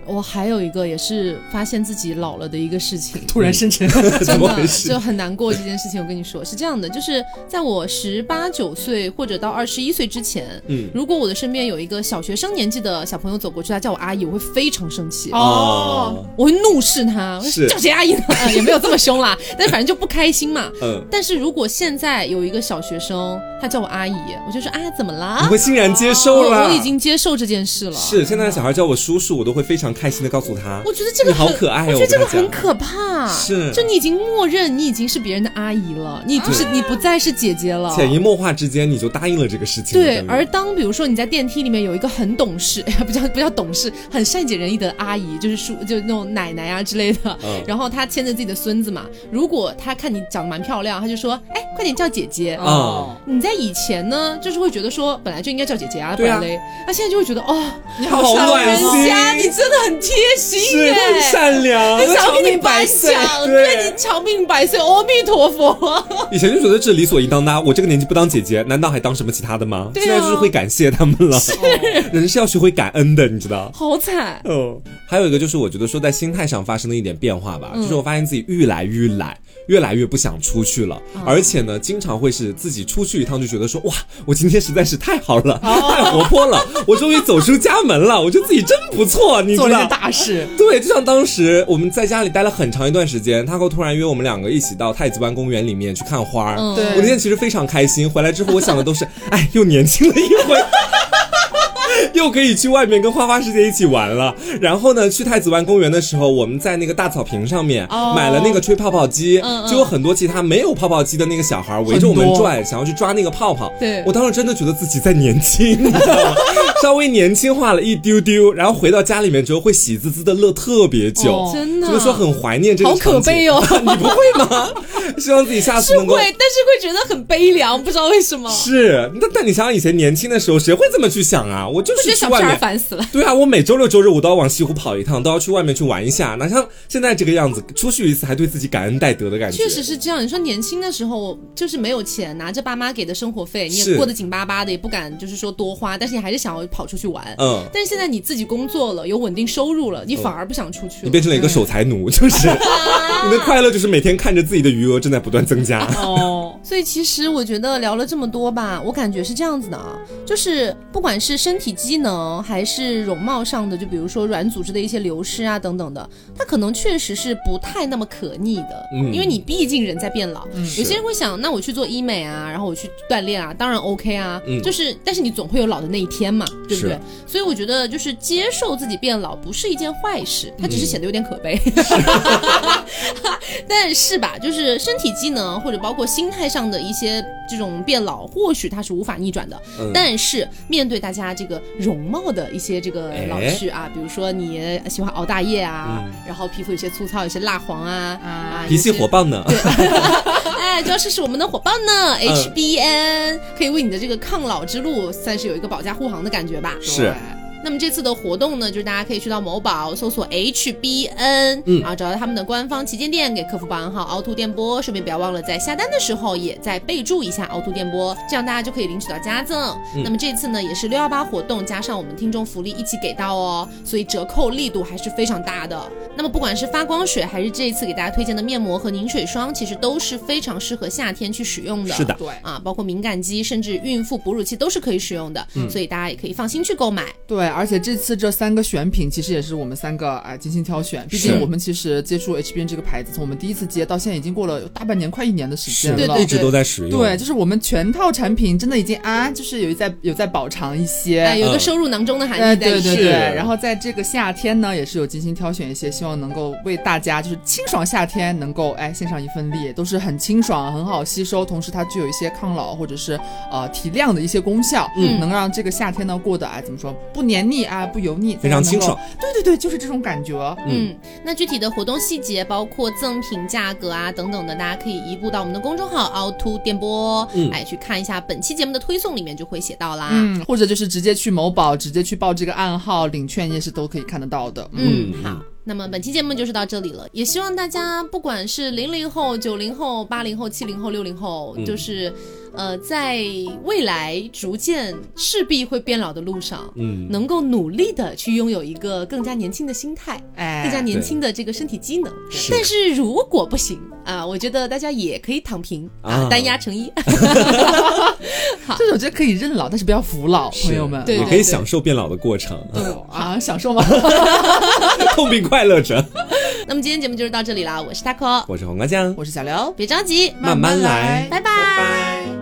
Speaker 1: 我还有一个也是发现自己老了的一个事情，
Speaker 3: 突然深沉。
Speaker 2: 怎么回
Speaker 1: 真的嗯
Speaker 2: 事？
Speaker 1: 就很难过这件事情。我跟你说是这样的，就是在我十八九岁或者到二十一岁之前，
Speaker 2: 嗯
Speaker 1: 如果我的身边有一个小学生年纪的小朋友走过去，他叫我阿姨，我会非常生气。
Speaker 2: 哦，
Speaker 1: 我会怒视他，我说
Speaker 2: 是
Speaker 1: 叫谁阿姨 呢？啊也没有这么凶啦，但反正就不开心嘛。
Speaker 2: 嗯，
Speaker 1: 但是如果现在有一个小学生，他叫我阿姨，我就说啊，怎么
Speaker 2: 你
Speaker 1: 啦？
Speaker 2: 会欣然接受
Speaker 1: 我
Speaker 2: 了。
Speaker 1: 我已经接受这件事了。
Speaker 2: 是现在的小孩叫我叔叔，我都会非常开心的告诉他。
Speaker 1: 我觉得这个
Speaker 2: 你好
Speaker 1: 很
Speaker 2: 可爱哦
Speaker 1: 我觉得这个
Speaker 2: 我
Speaker 1: 很
Speaker 2: 跟他讲
Speaker 1: 可怕。
Speaker 2: 是
Speaker 1: 就你已经默认你已经是别人的阿姨了，你不是你不再是姐姐了。
Speaker 2: 潜移默化之间，你就答应了这个事情了。
Speaker 1: 对
Speaker 2: 等，于
Speaker 1: 而当比如说你在电梯里面有一个很懂事，哎不叫 不叫懂事，很善解人意的阿姨，就是叔，就是那种奶奶啊之类的，
Speaker 2: 嗯
Speaker 1: 然后她牵着自己的孙子嘛，如果她看你长得蛮漂亮，她就说，哎，快点叫姐姐。
Speaker 2: 哦，
Speaker 1: 你在以前呢，就是会觉得说本来就应该叫姐姐啊，不
Speaker 2: 对啊
Speaker 1: 然嘞，那、现在就会觉得哦，
Speaker 3: 你啊
Speaker 2: 好啊
Speaker 3: 善
Speaker 2: 暖
Speaker 3: 良
Speaker 1: 人
Speaker 2: 心
Speaker 1: 家你真的很贴心
Speaker 2: 是
Speaker 1: 耶，
Speaker 2: 很善良。
Speaker 1: 长命百岁，对
Speaker 2: 对
Speaker 1: 你长命百岁，阿弥陀佛。
Speaker 2: 以前就觉得这理所应当的啊，我这个年纪不当姐姐，难道还当什么其他的吗？
Speaker 1: 对啊
Speaker 2: 现在就是会感谢他们了。哦人是要学会感恩的，你知道。
Speaker 1: 好惨，
Speaker 2: 嗯，还有一个就是，我觉得说在心态上发生了一点变化
Speaker 3: 嗯
Speaker 2: 吧，就是我发现自己越来越懒，越来越不想出去了，
Speaker 3: 嗯
Speaker 2: 而且呢，经常会是自己出去一趟就觉得说，哇，我今天实在是太好了，
Speaker 3: 哦
Speaker 2: 太活泼了，我终于走出家门了，我觉得自己真不错，你知
Speaker 3: 做了一
Speaker 2: 道
Speaker 3: 件。大事。
Speaker 2: 对，就像当时我们在家里待了很长一段时间，他会突然约我们两个一起到太子湾公园里面去看花儿。
Speaker 1: 嗯
Speaker 3: 对
Speaker 2: 我那天其实非常开心，回来之后我想的都是，哎，又年轻了一回。 又可以去外面跟花花世界一起玩了。然后呢，去太子湾公园的时候，我们在那个大草坪上面、
Speaker 1: 哦
Speaker 2: 买了那个吹泡泡机，
Speaker 1: 嗯嗯
Speaker 2: 就有很多其他没有泡泡机的那个小孩围着我们
Speaker 3: 很多
Speaker 2: 转，哎想要去抓那个泡泡。
Speaker 1: 对
Speaker 2: 我当时真的觉得自己在年轻， 你知道吗？稍微年轻化了一丢丢。然后回到家里面之后，会喜滋滋的乐特别久，
Speaker 3: 哦
Speaker 1: 真的
Speaker 2: 就是说很怀念这个
Speaker 1: 好可
Speaker 2: 场景
Speaker 1: 悲哦
Speaker 2: 你不会吗？ 希望自己下次
Speaker 1: 是
Speaker 2: 能够
Speaker 1: 会，。但是会觉得很悲凉，不知道为什么。
Speaker 2: 是，那但你想想以前年轻的时候，谁会这么去想啊？我就
Speaker 1: 我觉
Speaker 2: 是
Speaker 1: 得
Speaker 2: 去
Speaker 1: 小
Speaker 2: 外
Speaker 1: 片儿
Speaker 2: 面。
Speaker 1: 烦死了。
Speaker 2: 对啊，我每周六周日我都要往西湖跑一趟，都要去外面去玩一下，哪像现在这个样子，出去一次还对自己感恩戴德的感觉。
Speaker 1: 确实，是这样。你说年轻的时候就是没有钱，拿着爸妈给的生活费，你也
Speaker 2: 是
Speaker 1: 过得紧巴巴的，也不敢就是说多花，但是你还是想要跑出去玩。
Speaker 2: 嗯
Speaker 1: 但是现在你自己工作了，有稳定收入了，你反而不想出去
Speaker 2: 你
Speaker 1: 了。
Speaker 2: 变成了一个守财奴，就是你的快乐就是每天看着自己的余额正在不断增加。
Speaker 3: 哦，
Speaker 1: 所以其实我觉得聊了这么多吧，我感觉是这样子的啊，就是不管是身体机能还是容貌上的，就比如说软组织的一些流失啊等等的，它可能确实是不太那么可逆的，
Speaker 2: 嗯
Speaker 1: 因为你毕竟人在变老。有些人会想，那我去做医美啊，然后我去锻炼啊，当然 OK 啊，
Speaker 2: 嗯
Speaker 1: 就是但是你总会有老的那一天嘛，对不
Speaker 2: 是
Speaker 1: 对？所以我觉得就是接受自己变老不是一件坏事，它只
Speaker 2: 嗯
Speaker 1: 是显得有点可 悲。但是吧，就是身体机能或者包括心态上的一些这种变老，或许它是无法逆转的。
Speaker 2: 嗯
Speaker 1: 但是面对大家这个容貌的一些这个
Speaker 2: 哎嗯
Speaker 1: 老去啊，比如说你喜欢熬大夜啊，然后皮肤有些粗糙，有些蜡黄啊，啊
Speaker 2: 脾气火，爆呢，
Speaker 1: 有些 哎，就要试试我们的火爆呢
Speaker 2: 嗯
Speaker 1: ，HBN 可以为你的这个抗老之路算是有一个保驾护航的感觉吧。
Speaker 2: 是
Speaker 1: 那么这次的活动呢，就是大家可以去到某宝搜索 HBN，嗯，然后找到他们的官方旗舰店，给客服报暗号凹凸电波，顺便不要忘了在下单的时候也再备注一下凹凸电波，这样大家就可以领取到加赠。
Speaker 2: 嗯
Speaker 1: 那么这次呢，也是六幺八活动加上我们听众福利一起给到哦，所以折扣力度还是非常大的。那么不管是发光水还是这一次给大家推荐的面膜和凝水霜，其实都是非常适合夏天去使用的。
Speaker 2: 是的
Speaker 3: 对
Speaker 2: 嗯
Speaker 1: 啊，包括敏感肌，甚至孕妇、哺乳期都是可以使用的，所以大家也可以放心去购买。
Speaker 3: 对，而且这次这三个选品其实也是我们三个啊精心挑选，毕
Speaker 2: 是
Speaker 3: 竟我们其实接触 HBN 这个牌子，从我们第一次接到现在已经过了有大半年，快一年的时间
Speaker 2: 是
Speaker 3: 了。
Speaker 1: 对对
Speaker 2: 一直都在使用。
Speaker 3: 对，就是我们全套产品真的已经啊，就是有在有在饱尝一些。
Speaker 1: 哎，有一个
Speaker 2: 嗯
Speaker 1: 收入囊中的含
Speaker 3: 呃
Speaker 1: 义在
Speaker 3: 对
Speaker 1: 里
Speaker 3: 对
Speaker 1: 面。
Speaker 3: 对，
Speaker 2: 是
Speaker 3: 然后在这个夏天呢，也是有精心挑选一些，希望能够为大家就是清爽夏天能够哎献上一份力，都是很清爽、很好吸收，同时它具有一些抗老或者是呃提亮的一些功效，
Speaker 1: 嗯
Speaker 3: 能让这个夏天呢过得啊怎么说不黏腻啊不油腻，
Speaker 2: 非常清爽
Speaker 3: 能够。对对对，就是这种感觉。
Speaker 1: 嗯，那具体的活动细节，包括赠品价格啊等等的，大家可以移步到我们的公众号凹凸电波，
Speaker 2: 嗯
Speaker 1: 哎，去看一下本期节目的推送里面就会写到啦。
Speaker 3: 嗯，或者就是直接去某宝，直接去报这个暗号领券，也是都可以看得到的。
Speaker 1: 嗯，
Speaker 2: 嗯
Speaker 1: 好，那么本期节目就是到这里了，也希望大家不管是零零后、九零后、八零后、七零后、六零后，
Speaker 2: 嗯
Speaker 1: 就是呃，在未来逐渐势必会变老的路上，
Speaker 2: 嗯，
Speaker 1: 能够努力的去拥有一个更加年轻的心态，
Speaker 3: 哎，
Speaker 1: 更加年轻的这个身体机能。
Speaker 2: 是
Speaker 1: 但是如果不行啊，我觉得大家也可以躺平啊，
Speaker 2: 啊
Speaker 1: 单压成一。
Speaker 3: 这首歌可以认老，但是不要服老，
Speaker 2: 是
Speaker 3: 朋友们。
Speaker 1: 对
Speaker 2: 也可以享受变老的过程，
Speaker 3: 啊，享受吗？
Speaker 2: 痛并快乐着。
Speaker 1: 那么今天节目就是到这里啦，我是 taco，
Speaker 2: 我是黄瓜酱，
Speaker 3: 我是小刘，
Speaker 1: 别着急，
Speaker 2: 慢慢来
Speaker 1: 拜拜
Speaker 2: 拜。